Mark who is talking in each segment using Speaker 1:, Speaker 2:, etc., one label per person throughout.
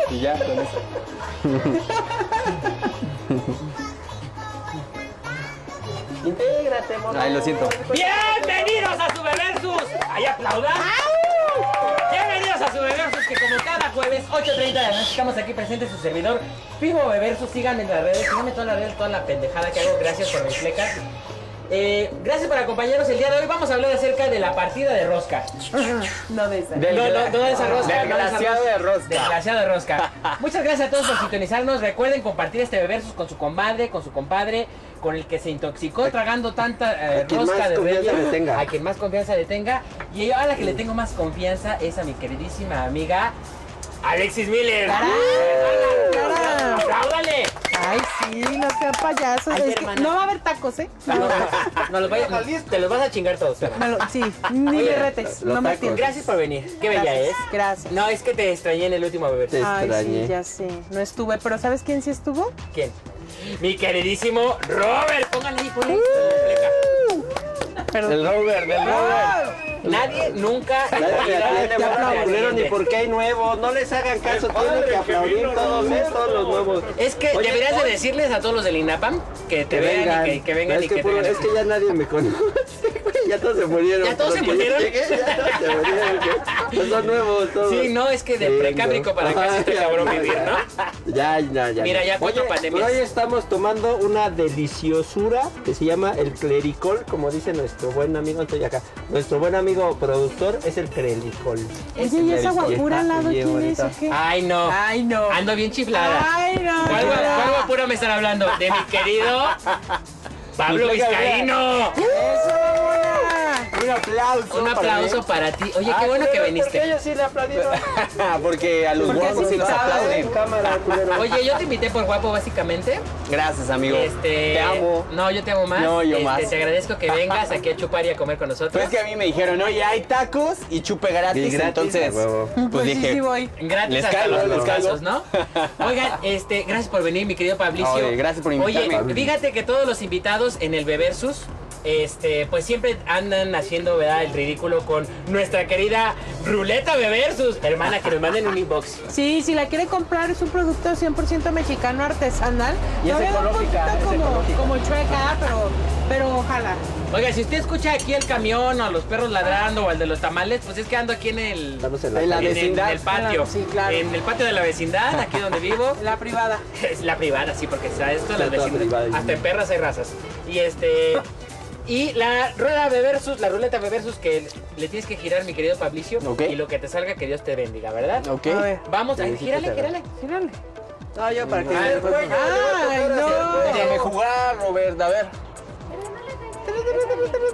Speaker 1: atrás. Intégrate, mono.
Speaker 2: Ay, lo siento.
Speaker 3: Bienvenidos a su Beversus. Ahí aplaudan. Bienvenidos a su Beversus que como cada jueves 8.30 de la noche estamos aquí presente su servidor Fibo Beversus. Síganme en las redes, síganme en todas las redes, toda la pendejada que hago. Gracias por mis flecas. Eh, gracias por acompañarnos el día de hoy. Vamos a hablar acerca de la partida de rosca.
Speaker 1: No de esa.
Speaker 2: Del-
Speaker 3: no, no, no de esa rosca.
Speaker 2: Del
Speaker 3: no de esa
Speaker 2: glaciado de rosca.
Speaker 3: Del glaciado de rosca. Muchas gracias a todos por sintonizarnos. Recuerden compartir este Beversus con su comadre, con su compadre, con el que se intoxicó tragando tanta eh,
Speaker 4: a quien
Speaker 3: rosca
Speaker 4: más
Speaker 3: de
Speaker 4: confianza
Speaker 3: bebé.
Speaker 4: le tenga.
Speaker 3: A quien más confianza le tenga. Y yo a la que le tengo más confianza es a mi queridísima amiga Alexis Miller.
Speaker 1: Cara.
Speaker 3: ¡Apláudale!
Speaker 1: Ay, sí, no sea payaso.
Speaker 3: Ay,
Speaker 1: es que
Speaker 3: hermana.
Speaker 1: no va a haber tacos, ¿eh?
Speaker 3: No, no, no, los vayas- te los vas a chingar todos. cara.
Speaker 1: No lo- sí, ni
Speaker 3: Oye,
Speaker 1: me retes.
Speaker 4: los
Speaker 1: No me
Speaker 4: tacos.
Speaker 1: atiendes.
Speaker 3: Gracias por venir. Qué bella es.
Speaker 1: Gracias.
Speaker 3: No, es que te extrañé en el último beber.
Speaker 4: Te
Speaker 1: Ay,
Speaker 4: extrañé.
Speaker 1: sí, ya sé. No estuve, pero ¿sabes quién sí estuvo?
Speaker 3: ¿Quién? Mi queridísimo Robert. Póngale ahí, ponle ahí.
Speaker 1: Uh. Perdón.
Speaker 4: El Robert, el Robert.
Speaker 3: Nadie nunca en la
Speaker 4: Nadie
Speaker 3: vida
Speaker 4: le
Speaker 3: le
Speaker 4: atiende,
Speaker 3: va
Speaker 4: ya
Speaker 3: a dar
Speaker 4: aplaudieron ni
Speaker 3: accidente.
Speaker 4: porque hay nuevos. No les hagan caso, tienen que aplaudir todos estos, los nuevos.
Speaker 3: Es que
Speaker 4: Oye,
Speaker 3: deberías de decirles a todos los del INAPAM que te vean, y que, que vengan
Speaker 4: es
Speaker 3: y
Speaker 4: que
Speaker 3: que,
Speaker 4: puro-
Speaker 3: te vean.
Speaker 4: Es que ya nadie me conoce, güey. Ya todos se murieron.
Speaker 3: ¿Ya todos se
Speaker 4: Porque yo
Speaker 3: murieron?
Speaker 4: llegué, Ya todos se murieron. güey. Ya Son nuevos todos.
Speaker 3: Sí, no, es que de
Speaker 4: Sí,
Speaker 3: precámbrico
Speaker 4: no.
Speaker 3: para acá sí te
Speaker 4: Ay,
Speaker 3: cabrón
Speaker 4: ya,
Speaker 3: vivir, ¿no?
Speaker 4: Ya, ya, ya.
Speaker 3: Mira, ya cuatro
Speaker 4: Oye,
Speaker 3: pandemias.
Speaker 4: pero Hoy estamos tomando una deliciosura que se llama el clericol, como dice nuestro buen amigo, estoy acá. Nuestro buen amigo productor es el clericol.
Speaker 1: Oye, ¿y esa
Speaker 4: Clericol.
Speaker 1: guapura al lado
Speaker 4: Oye,
Speaker 1: quién es
Speaker 4: Este bonita.
Speaker 1: o qué?
Speaker 3: Ay, Ah, no.
Speaker 1: Ay, no.
Speaker 3: Ando bien chiflada.
Speaker 1: Ay, no.
Speaker 3: ¿Cuál, gua-
Speaker 1: ya.
Speaker 3: cuál guapura me están hablando? De mi querido Pablo
Speaker 4: Pues, venga,
Speaker 3: Vizcaíno.
Speaker 1: ¡Eso!
Speaker 4: Un aplauso.
Speaker 3: Un
Speaker 4: para
Speaker 3: aplauso
Speaker 4: él.
Speaker 3: para ti. Oye,
Speaker 4: Ah,
Speaker 3: qué bueno que
Speaker 4: culero,
Speaker 3: viniste.
Speaker 4: Porque ellos sí le aplaudieron.
Speaker 2: Porque a los
Speaker 1: Porque
Speaker 2: guapos
Speaker 1: así
Speaker 2: sí los
Speaker 1: saben.
Speaker 2: aplauden.
Speaker 4: Cámara, culero.
Speaker 3: Oye, yo te invité por guapo básicamente.
Speaker 2: Gracias, amigo.
Speaker 3: Este,
Speaker 2: Te amo.
Speaker 3: No, yo te amo más.
Speaker 2: No, yo
Speaker 3: Este,
Speaker 2: más.
Speaker 3: Te agradezco que vengas aquí a chupar y a comer con nosotros.
Speaker 2: Pues es que a mí me dijeron, oye, hay tacos y chupe gratis,
Speaker 4: Y gratis,
Speaker 2: entonces,
Speaker 4: a huevo.
Speaker 2: pues,
Speaker 1: Pues sí,
Speaker 2: dije,
Speaker 1: sí voy.
Speaker 3: Gratis
Speaker 2: Les
Speaker 3: a
Speaker 2: caigo,
Speaker 3: los
Speaker 2: les caigo.
Speaker 3: casos, ¿no? Oigan, este, gracias por venir, mi querido Pablicio.
Speaker 2: Oye, gracias por invitarme.
Speaker 3: Oye, fíjate que todos los invitados en el Beversus, este, pues siempre andan haciendo, ¿verdad?, el ridículo con nuestra querida Ruleta Beversus. Hermana, que nos manden un inbox.
Speaker 1: Sí, si la quiere comprar es un producto 100% mexicano artesanal.
Speaker 4: Y es
Speaker 1: Todavía va
Speaker 4: ecológica,
Speaker 1: un
Speaker 4: es
Speaker 1: poquito
Speaker 4: ecológica.
Speaker 1: como, como chueca, pero, pero ojalá.
Speaker 3: Oiga, si usted escucha aquí el camión o a los perros ladrando o al de los tamales, pues es que ando aquí en el...
Speaker 4: Estamos en
Speaker 2: En la
Speaker 4: la,
Speaker 3: en el-
Speaker 2: vecindad.
Speaker 3: En el patio.
Speaker 1: Sí, claro.
Speaker 3: En el patio de la vecindad, aquí donde vivo.
Speaker 1: La privada.
Speaker 3: Es la privada, sí, porque está esto
Speaker 4: Está
Speaker 3: las
Speaker 4: toda
Speaker 3: vecinas-
Speaker 4: privada, sí.
Speaker 3: Hasta en perras hay razas. Y este. Y la rueda de versus, la ruleta de versus que le tienes que girar, mi querido Pablicio.
Speaker 2: Ok.
Speaker 3: Y lo que te salga, que Dios te bendiga, ¿verdad?
Speaker 2: ok.
Speaker 1: A ver,
Speaker 3: Vamos,
Speaker 4: Te
Speaker 3: ahí,
Speaker 4: felicito,
Speaker 3: gírale,
Speaker 4: te
Speaker 3: gírale. Ah,
Speaker 1: gírale.
Speaker 4: No, yo para que.
Speaker 3: Al cuello,
Speaker 1: Ay,
Speaker 2: Déjame
Speaker 1: no.
Speaker 2: jugar, Robert, a ver.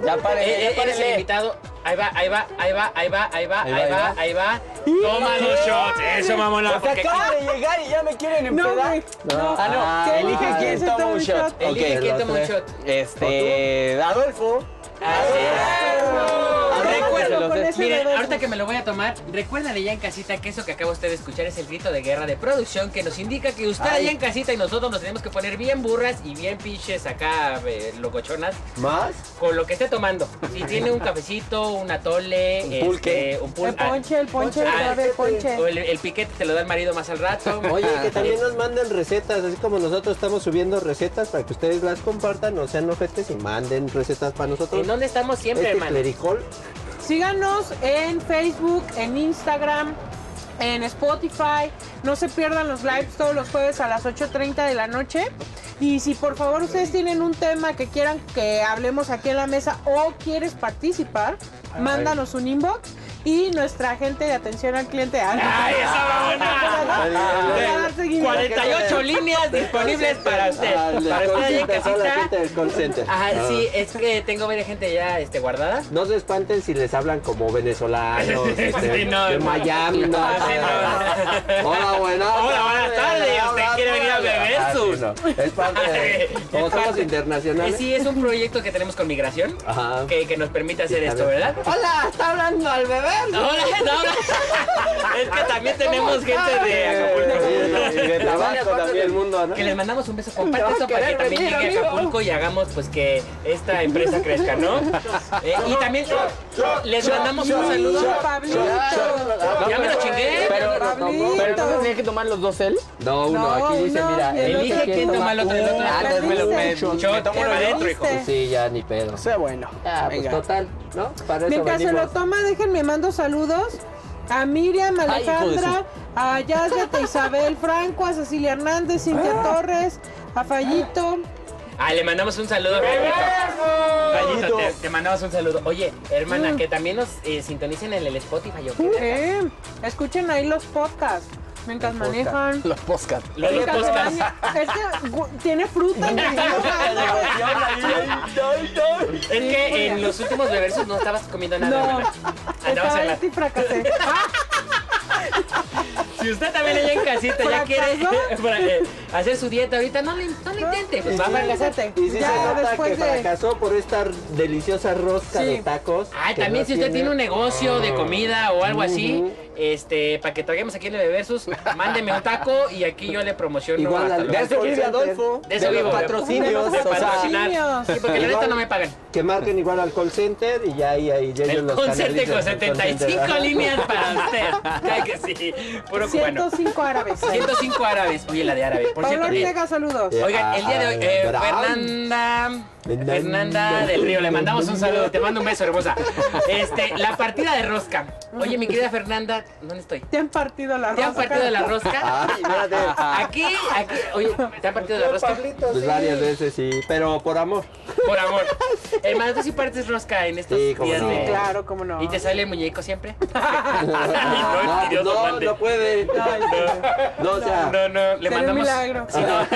Speaker 2: Ya párele,
Speaker 3: Eh, eh,
Speaker 2: ya
Speaker 3: eres el
Speaker 2: párele.
Speaker 3: invitado. Ahí va, ahí va, ahí va, ahí va, ahí va,
Speaker 2: Ahí
Speaker 3: ahí
Speaker 2: va,
Speaker 3: va, ahí va. Toma los shots. Eso, mamona.
Speaker 2: O sea,
Speaker 3: porque-
Speaker 2: acaba de llegar y ya me quieren
Speaker 1: No,
Speaker 2: empedar.
Speaker 1: güey. No.
Speaker 2: Ah, no,
Speaker 1: ¿Qué?
Speaker 2: elige
Speaker 1: Ah,
Speaker 2: quién
Speaker 1: se
Speaker 2: toma un shot.
Speaker 3: Elige
Speaker 2: Ok,
Speaker 3: quién
Speaker 2: los
Speaker 3: toma un
Speaker 2: tres.
Speaker 3: shot.
Speaker 2: Este, Adolfo.
Speaker 3: Así es.
Speaker 1: Agárralo
Speaker 3: Recuerden,
Speaker 1: con ese
Speaker 3: Miren,
Speaker 1: dedo.
Speaker 3: ahorita que me lo voy a tomar, recuérdale ya en casita que eso que acaba usted de escuchar es el grito de guerra de producción que nos indica que usted allá en casita y nosotros nos tenemos que poner bien burras y bien pinches acá eh, locochonas
Speaker 4: ¿Más?
Speaker 3: con lo que esté tomando. Si tiene un cafecito, un atole,
Speaker 2: Un pulque.
Speaker 3: este, un pul-
Speaker 1: El ponche, el ponche, el
Speaker 3: Ah,
Speaker 1: grave, el
Speaker 3: ah, o
Speaker 1: ponche.
Speaker 3: el, el piquete te lo da el marido más al rato.
Speaker 4: Oye, que también nos manden recetas, así como nosotros estamos subiendo recetas para que ustedes las compartan, no sean ojetes y manden recetas para nosotros.
Speaker 3: ¿En dónde estamos siempre,
Speaker 4: este
Speaker 3: hermano?
Speaker 4: clericol,
Speaker 1: Síganos en Facebook, en Instagram, en Spotify. No se pierdan los lives todos los jueves a las 8.30 de la noche. Y si por favor ustedes tienen un tema que quieran que hablemos aquí en la mesa o quieres participar, mándanos un inbox y nuestra gente de atención al cliente.
Speaker 3: ¡Ay, esa mamona!
Speaker 4: Ay, ay, ay.
Speaker 1: Voy a dar seguimiento.
Speaker 3: 48 líneas disponibles para usted.
Speaker 4: Ah, el
Speaker 3: Para
Speaker 4: call
Speaker 3: usted allá en
Speaker 4: center, son la
Speaker 3: casita.
Speaker 4: gente del call center.
Speaker 3: Ajá,
Speaker 4: Ah.
Speaker 3: sí, es que tengo varias gente ya este, guardada.
Speaker 4: No se espanten si les hablan como venezolanos, este,
Speaker 3: Sí, no,
Speaker 4: de
Speaker 3: no.
Speaker 4: Miami, no.
Speaker 3: Ah, sí, no.
Speaker 4: Hola, buenas
Speaker 3: Hola, buenas tardes, ¿usted
Speaker 4: hola,
Speaker 3: quiere venir a
Speaker 4: hola.
Speaker 3: beber
Speaker 4: Ah, sí,
Speaker 3: sus?
Speaker 4: no. Es parte de- Como somos
Speaker 3: Eh,
Speaker 4: internacionales.
Speaker 3: sí, es un proyecto que tenemos con migración
Speaker 4: Ajá.
Speaker 3: que, que nos permite hacer
Speaker 4: Ah. Sí,
Speaker 3: esto,
Speaker 4: también.
Speaker 3: ¿verdad?
Speaker 4: Hola, está hablando al beber.
Speaker 3: No, no, no. Es que también tenemos gente de
Speaker 4: Sí,
Speaker 3: Acapulco.
Speaker 4: y de tabaco también. del mundo, ¿no?
Speaker 3: Que les mandamos un beso, comparte
Speaker 4: No,
Speaker 3: esto para que
Speaker 4: querer
Speaker 3: también
Speaker 4: venir,
Speaker 3: llegue a
Speaker 4: amigo.
Speaker 3: Acapulco y hagamos pues que esta empresa crezca, ¿no? Eh, y también les mandamos un saludo.
Speaker 1: Saludos, Pablito.
Speaker 3: Ya me lo chingué.
Speaker 2: Pero, Ah,
Speaker 1: Pablito.
Speaker 2: pero no tenía que tomar los dos él.
Speaker 4: No, uno,
Speaker 1: No,
Speaker 4: aquí dice,
Speaker 1: uno,
Speaker 4: mira,
Speaker 1: y el
Speaker 4: el
Speaker 1: otro
Speaker 3: Elige
Speaker 1: que
Speaker 3: quién
Speaker 1: no.
Speaker 3: toma el otro. El otro
Speaker 1: Ah,
Speaker 3: lo
Speaker 1: entonces me lo-
Speaker 2: me-
Speaker 3: Yo
Speaker 2: me
Speaker 3: tomo lo
Speaker 2: tomo lo
Speaker 1: Perdiste.
Speaker 3: eléctrico.
Speaker 4: Sí, ya ni pedo.
Speaker 2: Sea bueno.
Speaker 4: Ah, pues
Speaker 2: Venga.
Speaker 4: total, ¿no? Para eso
Speaker 1: Mientras se
Speaker 4: venimos.
Speaker 1: lo toma, déjenme mando saludos. A Miriam, a
Speaker 2: Ay, hijo de
Speaker 1: Alejandra, a Yazbet, a Isabel Franco, a Cecilia Hernández, Cintia Torres, a Fallito.
Speaker 3: Ah, le mandamos un saludo. Rayito, Rayito, te, te mandamos un saludo. Oye, hermana, que también nos eh, sintonicen en el Spotify. Yo, creo.
Speaker 1: Eh, escuchen ahí los podcasts mientras manejan.
Speaker 2: Los podcast.
Speaker 3: Los dos
Speaker 1: Mientras se
Speaker 3: podcasts.
Speaker 1: bañan. Es que gu- tiene fruta. güey, no
Speaker 4: Pues,
Speaker 1: mames, güey.
Speaker 3: Es que en los últimos bebersos no estabas comiendo nada,
Speaker 1: No,
Speaker 3: hermana. Andabas
Speaker 1: estaba
Speaker 3: en la-
Speaker 1: este y fracasé. Ah,
Speaker 3: Si usted también allá en casita ya quiere
Speaker 1: ¿Fracasó?
Speaker 3: para, eh, hacer su dieta ahorita, no, le- no lo intente. Pues va a
Speaker 1: sí,
Speaker 3: fracasar.
Speaker 1: fíjate.
Speaker 4: Y sí
Speaker 1: Ya,
Speaker 4: se nota que
Speaker 1: después de-
Speaker 4: fracasó por esta deliciosa rosca
Speaker 1: Sí.
Speaker 4: de tacos.
Speaker 3: Ah,
Speaker 4: que
Speaker 3: también
Speaker 4: no
Speaker 3: si usted tiene un negocio de comida o algo así,
Speaker 4: Ujú.
Speaker 3: este, para que traguemos aquí en el Bebersus, mándeme un taco y aquí yo le promociono.
Speaker 4: Igual
Speaker 3: hasta
Speaker 4: al-
Speaker 3: luego.
Speaker 2: De eso vive Adolfo.
Speaker 3: De eso
Speaker 2: los
Speaker 3: vivo.
Speaker 2: patrocinios.
Speaker 1: De los
Speaker 2: o sea,
Speaker 1: patrocinios.
Speaker 3: patrocinar. Sí, porque la neta no me pagan.
Speaker 4: Que marquen igual al call center y ya ahí, ahí ya ellos
Speaker 3: El
Speaker 4: los
Speaker 3: concerte
Speaker 4: canalicen,
Speaker 3: con
Speaker 4: el call
Speaker 3: 75
Speaker 4: center, ajá.
Speaker 3: líneas para usted. Ay, que sí. Puro cubano.
Speaker 1: 105 árabes.
Speaker 3: 105 árabes. Oye, la de árabe. Por
Speaker 1: Pablo
Speaker 3: cierto,
Speaker 1: Ortega, saludos.
Speaker 4: Eh,
Speaker 3: Oigan, el día de hoy, eh,
Speaker 4: Gran.
Speaker 3: Fernanda,
Speaker 4: Fernanda.
Speaker 3: Fernanda del Río, le mandamos un saludo, te mando un beso, hermosa. Este, la partida de rosca. Oye, mi querida Fernanda, ¿dónde estoy?
Speaker 1: Te han partido la
Speaker 3: ¿Te han
Speaker 1: rosca.
Speaker 3: partido la rosca?
Speaker 4: Ay, espérate.
Speaker 3: Aquí, aquí, oye, ¿te han partido la rosca?
Speaker 4: Pues varias veces sí, pero por amor.
Speaker 3: Por amor. Eh, Hermano, tú sí partes rosca en estos
Speaker 4: Sí, cómo
Speaker 3: días
Speaker 4: no.
Speaker 3: de-
Speaker 1: Sí, claro, cómo no.
Speaker 3: ¿Y te sale el muñeco siempre?
Speaker 4: no,
Speaker 3: no,
Speaker 4: no,
Speaker 3: mande.
Speaker 4: no puede. No, o sea,
Speaker 3: No, no,
Speaker 1: Sería
Speaker 3: le
Speaker 1: un
Speaker 3: mandamos.
Speaker 1: milagro.
Speaker 3: Sí, no.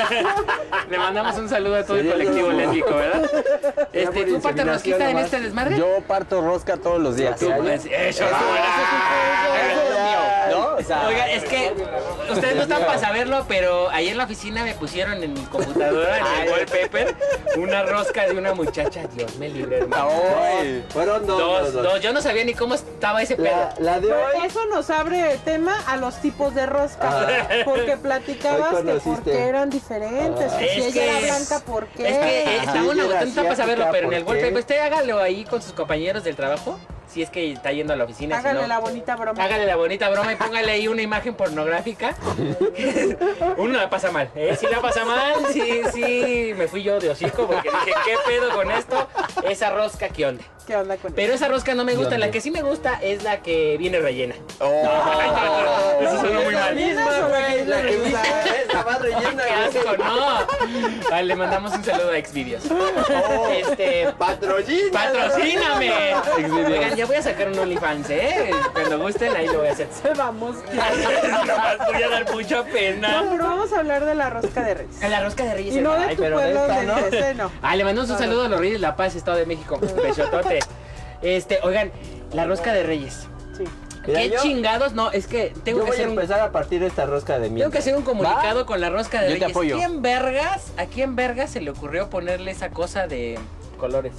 Speaker 3: le mandamos un saludo a todo el
Speaker 4: Sería
Speaker 3: colectivo
Speaker 4: un-
Speaker 3: lésbico, ¿verdad?
Speaker 4: Sería
Speaker 3: Este,
Speaker 4: por
Speaker 3: ¿Tú partes
Speaker 4: inseminación
Speaker 3: rosquita en
Speaker 4: nomás.
Speaker 3: este desmadre?
Speaker 2: Yo parto rosca todos los días.
Speaker 4: Tú,
Speaker 2: ¿no?
Speaker 3: Pues, eso, no,
Speaker 2: Ah,
Speaker 4: ya.
Speaker 2: ¿No? O sea,
Speaker 3: Oiga, es que ustedes no están para saberlo, pero ahí en la oficina me pusieron en mi computadora, en el wallpaper, una rosca de una muchacha. Dios me libre, hermano.
Speaker 2: ay,
Speaker 4: eh, fueron dos.
Speaker 3: Dos, dos. Yo no sabía ni cómo estaba ese pedo.
Speaker 4: La, la de
Speaker 1: Pero
Speaker 4: hoy.
Speaker 1: Eso nos abre tema a los tipos de rosca.
Speaker 3: Ah.
Speaker 1: Porque platicabas
Speaker 4: Hoy
Speaker 1: que
Speaker 4: conociste.
Speaker 1: por qué eran diferentes.
Speaker 4: Ah.
Speaker 1: que si
Speaker 3: Es
Speaker 1: ella
Speaker 3: que-
Speaker 1: era blanca, ¿por qué?
Speaker 3: Es que
Speaker 4: Ah,
Speaker 3: está
Speaker 4: sí, era
Speaker 3: bueno, usted no está para
Speaker 4: asiática,
Speaker 3: saberlo, pero en el
Speaker 4: ¿por qué?
Speaker 3: wallpaper, usted hágalo ahí con sus compañeros del trabajo, si es que está yendo a la oficina. si
Speaker 1: Hágale
Speaker 3: no-
Speaker 1: la bonita broma.
Speaker 3: Hágale la bonita broma y póngale ahí una imagen pornográfica. Uno la pasa mal, ¿eh? Si la pasa mal, sí, sí, me fui yo de hocico porque dije, ¿qué pedo con esto? Esa rosca, ¿qué onda?
Speaker 1: ¿Qué onda con
Speaker 3: Pero
Speaker 1: eso?
Speaker 3: esa rosca no me gusta, la que sí me gusta es la que viene rellena.
Speaker 4: ah, Oh.
Speaker 3: Eso suena muy
Speaker 1: ¿La
Speaker 3: mal.
Speaker 1: misma o la que
Speaker 4: La que viste, eh, la más rellena.
Speaker 3: ¡Qué asco, no! Vale, le mandamos un saludo a Xvideos.
Speaker 4: Oh,
Speaker 3: Este,
Speaker 4: Patrollina.
Speaker 3: ¡Patrocíname! Oigan, ya voy a sacar un OnlyFans, ¿eh? Cuando gusten, ahí lo voy a hacer.
Speaker 1: Vamos. que-
Speaker 3: Nomás voy a dar mucha
Speaker 1: No,
Speaker 3: pena.
Speaker 1: pero vamos a hablar de la rosca de Reyes.
Speaker 3: En la rosca de Reyes.
Speaker 1: Y no
Speaker 3: hermana.
Speaker 1: de
Speaker 3: Ay,
Speaker 1: tu
Speaker 3: pero
Speaker 1: pueblo
Speaker 3: esta,
Speaker 1: donde
Speaker 3: ¿no?
Speaker 1: estés, no.
Speaker 3: Ah, le mandamos un saludo a los Reyes de La Paz, Estado de México. Besotote. Este, oigan, la rosca de Reyes.
Speaker 1: Sí.
Speaker 4: Mira,
Speaker 3: ¿Qué
Speaker 4: yo-
Speaker 3: chingados? No, es que tengo
Speaker 4: Yo voy
Speaker 3: que
Speaker 4: a
Speaker 3: hacer un...
Speaker 4: empezar a partir de esta rosca de miel.
Speaker 3: Tengo que hacer un comunicado con la rosca de
Speaker 2: Yo te
Speaker 3: Reyes.
Speaker 2: apoyo.
Speaker 3: ¿Quién vergas? ¿A quién vergas se le ocurrió ponerle esa cosa de colores?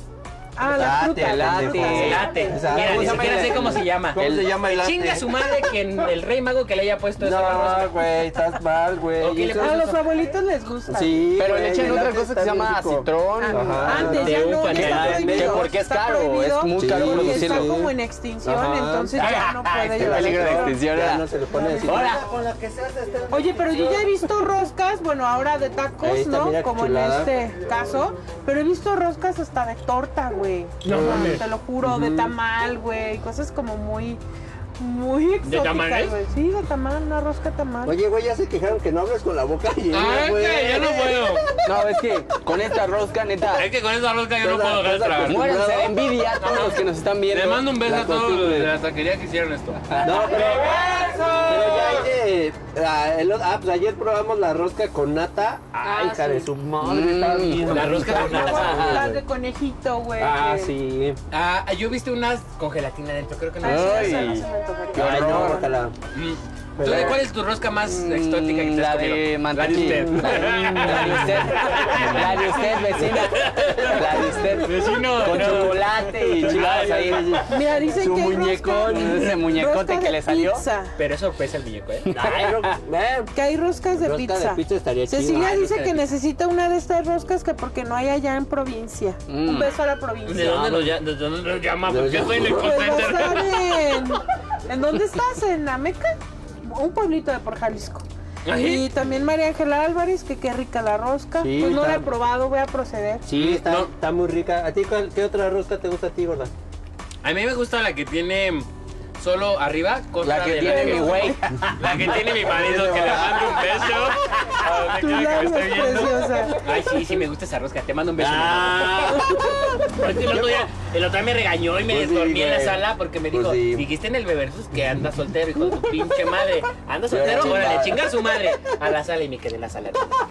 Speaker 1: Ah, la
Speaker 4: Late,
Speaker 1: fruta. la
Speaker 4: late,
Speaker 1: fruta, sí.
Speaker 3: Late.
Speaker 4: Exacto.
Speaker 3: Mira, ni
Speaker 4: ¿Cómo se
Speaker 3: siquiera
Speaker 4: llama?
Speaker 3: sé cómo se llama.
Speaker 4: ¿Cómo se llama el
Speaker 3: Chinga
Speaker 4: ate?
Speaker 3: su madre que en el rey mago que le haya puesto esa
Speaker 4: No,
Speaker 3: rosca.
Speaker 4: güey, estás mal, güey.
Speaker 3: Ok, le
Speaker 4: Eso-
Speaker 1: A los abuelitos les gusta. Ah,
Speaker 4: Sí,
Speaker 2: Pero le
Speaker 4: güey,
Speaker 2: echan
Speaker 4: el
Speaker 2: otra
Speaker 4: ate
Speaker 2: cosa que se
Speaker 4: está
Speaker 2: llama
Speaker 4: bien rico.
Speaker 2: citrón.
Speaker 4: Ajá.
Speaker 1: Antes ya
Speaker 3: De
Speaker 1: no,
Speaker 3: upa,
Speaker 1: ya está
Speaker 3: de- de-
Speaker 1: prohibido.
Speaker 2: porque es
Speaker 1: está
Speaker 2: caro, es
Speaker 1: prohibido,
Speaker 2: muy
Speaker 4: caro
Speaker 1: y
Speaker 2: producirlo.
Speaker 1: Está como en extinción,
Speaker 4: Ajá.
Speaker 1: entonces ya no puede
Speaker 2: en
Speaker 1: llevar.
Speaker 2: peligro de extinción,
Speaker 4: Ya
Speaker 2: ¿verdad?
Speaker 4: no se le pone así.
Speaker 3: Ahora,
Speaker 1: Oye, pero yo ya he visto roscas, bueno, ahora de tacos,
Speaker 4: Ahí está,
Speaker 1: ¿no?
Speaker 4: mira qué
Speaker 1: Como
Speaker 4: chulada.
Speaker 1: en este caso, pero he visto roscas hasta de torta, güey.
Speaker 3: No mames.
Speaker 1: Te lo juro, de tamal, güey, cosas como muy muy exóticas,
Speaker 3: tamales?
Speaker 1: güey. Sí, de tamal, una rosca tamal.
Speaker 4: Oye, güey, ya se quejaron que no hablas con la boca llena,
Speaker 3: Ay,
Speaker 4: güey.
Speaker 3: Ah, que este, yo no puedo.
Speaker 2: No, es que con esta rosca, neta, pues,
Speaker 3: Es que con esa rosca yo no puedo dejar de tragar.
Speaker 2: muéranse de envidia a todos los que nos están viendo.
Speaker 3: Le mando un beso
Speaker 4: La
Speaker 3: a todos los
Speaker 4: costumbre.
Speaker 3: de la taquería que hicieron esto.
Speaker 4: No, pero... Pero ya hay de... ah, el- ah, pues ayer probamos la rosca con nata. Ay,
Speaker 1: Ah,
Speaker 4: hija
Speaker 1: sí.
Speaker 4: de su madre,
Speaker 2: Mm,
Speaker 4: estaba bien
Speaker 3: la rosca con
Speaker 1: Y luego
Speaker 3: nata.
Speaker 1: Las de conejito, güey.
Speaker 4: Ah,
Speaker 1: que-
Speaker 4: sí.
Speaker 3: Ah, yo viste unas con gelatina dentro, creo que no.
Speaker 1: Ay, sí,
Speaker 2: Ay.
Speaker 1: esa no se me antojaría.
Speaker 4: Ay, no,
Speaker 2: horror.
Speaker 4: ojalá.
Speaker 3: Mm. ¿Tú de cuál es tu rosca más
Speaker 4: mm,
Speaker 3: exótica que te has
Speaker 2: Mm, La de
Speaker 3: comido?
Speaker 2: mantequilla.
Speaker 3: La de usted.
Speaker 2: La de usted. La de usted, vecina. La de usted.
Speaker 3: Vecino,
Speaker 2: Con
Speaker 3: no.
Speaker 2: chocolate y chicas ahí.
Speaker 1: Mira, dicen
Speaker 2: Su
Speaker 1: que hay
Speaker 2: muñecón,
Speaker 1: rosca-
Speaker 2: ese muñecote
Speaker 1: rosca
Speaker 2: que
Speaker 1: de
Speaker 2: le salió.
Speaker 1: pizza,
Speaker 3: Pero es sorpresa el muñeco, ¿eh?
Speaker 4: Ay, ro- eh,
Speaker 1: Que hay roscas de
Speaker 4: Rosca de
Speaker 1: pizza.
Speaker 4: pizza estaría chido.
Speaker 1: Cecilia
Speaker 3: Ay,
Speaker 1: dice
Speaker 3: rosca de
Speaker 1: que
Speaker 3: pizza.
Speaker 1: necesita una de estas roscas que porque no hay allá en provincia.
Speaker 2: Mm.
Speaker 1: Un beso a la provincia.
Speaker 3: ¿De dónde nos, ya- de dónde nos llama?
Speaker 4: Yo-
Speaker 3: ¿Por qué
Speaker 4: yo-
Speaker 3: soy el
Speaker 1: Pues no
Speaker 3: encontrante?
Speaker 1: saben. ¿En dónde estás? ¿En Ameca? Un pueblito de por Jalisco.
Speaker 3: Ay.
Speaker 1: Y también María Ángela Álvarez, que qué rica la rosca.
Speaker 4: Sí,
Speaker 1: pues no la he
Speaker 4: está-
Speaker 1: probado, voy a proceder.
Speaker 4: Sí, está,
Speaker 3: No.
Speaker 4: está muy rica. ¿A ti cuál- qué otra rosca te gusta a ti, gorda?
Speaker 3: A mí me gusta la que tiene solo arriba, contra
Speaker 2: La que
Speaker 3: de
Speaker 2: tiene mi güey.
Speaker 3: La que tiene mi marido, que le mando un beso. A donde
Speaker 1: Tus
Speaker 3: quiera que
Speaker 1: labios,
Speaker 3: me esté viendo.
Speaker 1: preciosa.
Speaker 3: Ay, sí, sí, me gusta esa rosca. Te mando un beso. Ah. Porque el otro día, el otro día me regañó y me
Speaker 2: Pues sí,
Speaker 3: dormí en la
Speaker 2: güey.
Speaker 3: sala porque me
Speaker 2: Pues
Speaker 3: dijo,
Speaker 2: sí.
Speaker 3: dijiste en el Beversus que andas soltero, hijo de tu pinche madre. ¿Andas
Speaker 2: Yo era
Speaker 3: soltero?
Speaker 2: chingada.
Speaker 3: Órale, chinga a su madre. A la sala y me quedé en la sala.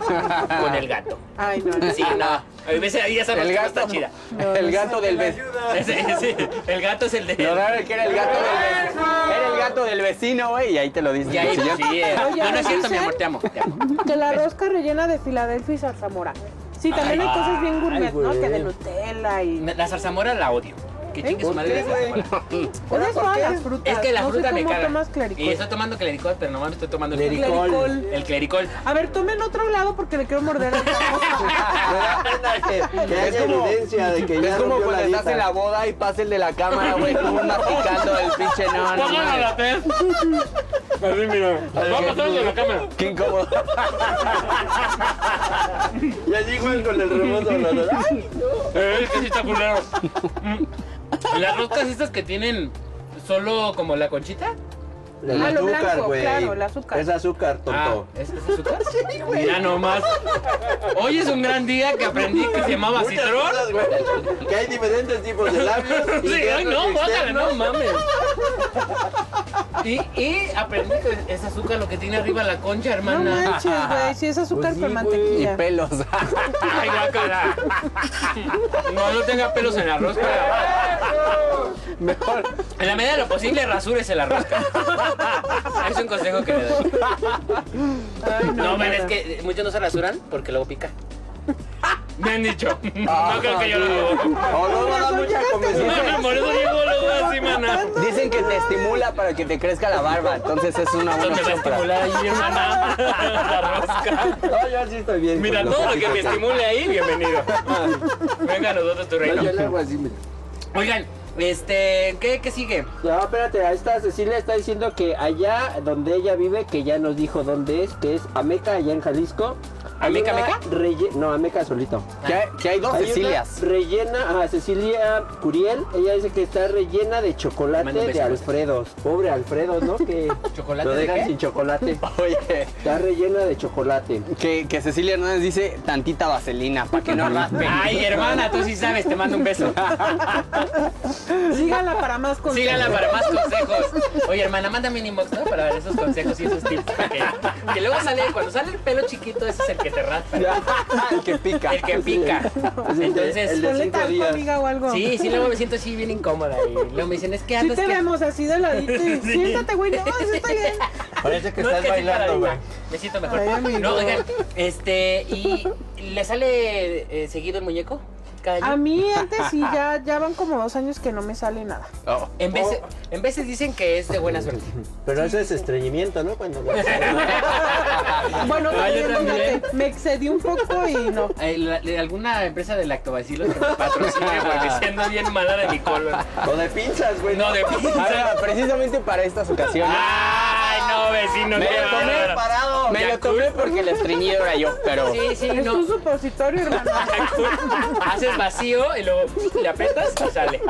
Speaker 3: Con el gato.
Speaker 1: Ay, no. no.
Speaker 3: Sí, no. A veces ahí esa
Speaker 2: El
Speaker 3: rosca no está
Speaker 2: gato.
Speaker 3: chida.
Speaker 2: El gato del vecino.
Speaker 3: Ese- ese- el gato es el de...
Speaker 2: Lo raro es que era el gato del vecino. Era el gato del vecino, güey. Y ahí te lo dice
Speaker 3: Y ahí,
Speaker 2: el señor.
Speaker 3: sí, eh.
Speaker 1: Oye,
Speaker 3: No, no es cierto, mi
Speaker 1: dicen-
Speaker 3: amor, te amo, te amo.
Speaker 1: Que la rosca rellena de Filadelfia y zarzamora. Sí, también hay cosas bien gourmet, ¿no?
Speaker 4: güey.
Speaker 1: Que de Nutella y...
Speaker 3: Me- La zarzamora la odio. Que chingue su
Speaker 4: ¿Por
Speaker 3: madre
Speaker 4: qué,
Speaker 3: la zarzamora.
Speaker 1: Odio Pues todas las frutas.
Speaker 3: Es que la
Speaker 1: no
Speaker 3: fruta
Speaker 1: sé
Speaker 3: me
Speaker 1: cómo
Speaker 3: caga.
Speaker 1: tomas claricol.
Speaker 3: Y estoy tomando clericol, pero nomás estoy tomando el
Speaker 4: Clericol.
Speaker 3: clericol.
Speaker 1: Clericol.
Speaker 3: El clericol.
Speaker 1: A ver, tomen otro lado porque le quiero morder. el rabo.
Speaker 4: Que
Speaker 2: Es
Speaker 4: haya
Speaker 2: como-
Speaker 4: evidencia de que ya
Speaker 2: Es como
Speaker 4: rompió
Speaker 2: cuando
Speaker 4: la
Speaker 2: estás
Speaker 4: dieta.
Speaker 2: en la boda y pasa el de la cámara, güey, como masticando el pinche no, no,
Speaker 3: Pónganlo a
Speaker 2: no.
Speaker 3: la vez. Vamos a de la cámara.
Speaker 2: Qué incómodo.
Speaker 4: Ya dijo él con el rebozo. la verdad.
Speaker 3: Eh, Es que sí está culero. Mm. Las roscas estas que tienen solo como la conchita.
Speaker 4: El
Speaker 1: Ah, lo
Speaker 4: azúcar,
Speaker 1: blanco,
Speaker 4: güey.
Speaker 1: claro, el azúcar.
Speaker 4: Es azúcar, tonto.
Speaker 3: Ah, ¿es, es azúcar? Mira nomás. Hoy es un gran día que aprendí que se llamaba
Speaker 4: Muchas
Speaker 3: citrón.
Speaker 4: cosas, güey. Que hay diferentes tipos de labios.
Speaker 3: Sí, ay,
Speaker 4: internos
Speaker 3: no,
Speaker 4: y
Speaker 3: guácala,
Speaker 4: externos.
Speaker 3: no mames. Y, y aprendí que es azúcar lo que tiene arriba la concha,
Speaker 1: No
Speaker 3: hermana.
Speaker 1: manches, güey. Si es azúcar
Speaker 4: Pues sí, güey.
Speaker 1: con
Speaker 2: Y
Speaker 1: mantequilla.
Speaker 2: pelos.
Speaker 3: Ay, guácala. No, no tenga pelos en la rosca.
Speaker 2: Mejor.
Speaker 3: En la medida de lo posible, rasúrese la rosca. Es un consejo que le doy.
Speaker 1: Ay,
Speaker 3: No,
Speaker 1: no,
Speaker 3: ven, es
Speaker 1: no.
Speaker 3: que muchos no se rasuran porque luego pica. Me han dicho. Ah, No creo que yo lo hago.
Speaker 2: O luego da mucha comezón.
Speaker 3: Por eso llevo los dos así, maná.
Speaker 2: Dicen que te estimula para que te crezca la barba, entonces es una
Speaker 3: Eso
Speaker 2: buena
Speaker 3: me va a
Speaker 2: opción para-
Speaker 3: estimular ahí, hermana. La rosca.
Speaker 4: No, yo sí estoy bien.
Speaker 3: Mira,
Speaker 4: con
Speaker 3: todo lo
Speaker 4: poquito
Speaker 3: que me estimule ahí, bienvenido.
Speaker 4: Ah,
Speaker 3: Venga a nosotros tu
Speaker 4: No,
Speaker 3: reino.
Speaker 4: yo le hago así, mira.
Speaker 3: Oigan, este, ¿qué, qué sigue?
Speaker 4: No, espérate, ahí está Cecilia está diciendo que allá donde ella vive, que ya nos dijo dónde es, que es Ameca, allá en Jalisco. hay
Speaker 3: ¿Ameca,
Speaker 4: una
Speaker 3: Ameca?
Speaker 4: relle- No, Ameca solito.
Speaker 2: Que hay, que hay dos
Speaker 4: Hay una
Speaker 2: Cecilias.
Speaker 4: Rellena a Cecilia Curiel. Ella dice que está rellena de chocolate
Speaker 3: Mando un beso,
Speaker 4: de Alfredos. Pobre Alfredo, ¿no? Que
Speaker 3: ¿Chocolate
Speaker 4: lo
Speaker 3: de
Speaker 4: dejan
Speaker 3: qué?
Speaker 4: sin chocolate.
Speaker 2: Oye,
Speaker 4: Está rellena de chocolate.
Speaker 2: que, que Cecilia Hernández dice tantita vaselina para que no raspe.
Speaker 3: Ay, hermana, tú sí sabes, te mando un beso.
Speaker 1: Síganla para más consejos.
Speaker 3: Sígala para más consejos. Oye, hermana, mándame un inbox, ¿no? Para ver esos consejos y esos tips. para Que, que luego sale, cuando sale el pelo chiquito, ese es el que te raspa.
Speaker 2: El que pica.
Speaker 3: El que pica.
Speaker 4: el de- el
Speaker 3: Entonces,
Speaker 4: de-
Speaker 1: Ponle
Speaker 4: cinco
Speaker 1: talco,
Speaker 4: días.
Speaker 1: amiga, o algo.
Speaker 3: sí, sí, luego me siento así bien incómoda. Y luego me dicen, es que
Speaker 1: Sí
Speaker 3: andas
Speaker 1: te
Speaker 3: que...
Speaker 1: vemos así de ladito. y, Siéntate, güey. No, eso está bien.
Speaker 4: Parece que
Speaker 3: No, es
Speaker 4: estás
Speaker 3: que sí,
Speaker 4: bailando,
Speaker 3: paradigma.
Speaker 4: güey.
Speaker 3: Me siento mejor.
Speaker 1: Ay, amigo.
Speaker 3: no, oigan, este, ¿y le sale eh, seguido el muñeco? Cada año?
Speaker 1: A mí antes sí, ya, ya van como dos años que no me sale nada.
Speaker 2: Oh.
Speaker 3: En veces, en veces dicen que es de buena suerte.
Speaker 4: Pero eso es estreñimiento, ¿no? Cuando
Speaker 1: Bueno,
Speaker 3: Ay, Ah, yo
Speaker 1: también,
Speaker 3: también.
Speaker 1: fíjate, me excedí un poco y no.
Speaker 3: Eh, la- de alguna empresa de lactobacilos que me patrocine porque siendo bien mala de mi colon.
Speaker 4: O de pinzas, güey.
Speaker 3: No, de
Speaker 2: Ahora, precisamente para estas ocasiones.
Speaker 3: Ay, no, vecino,
Speaker 2: Me
Speaker 3: qué
Speaker 2: lo tomé
Speaker 3: bárbaro.
Speaker 2: parado. Me lo tomé porque el estreñido era yo, pero.
Speaker 3: Sí, sí,
Speaker 1: Es
Speaker 3: no.
Speaker 1: un supositorio, hermano.
Speaker 3: Haces vacío y luego le aprietas y sale.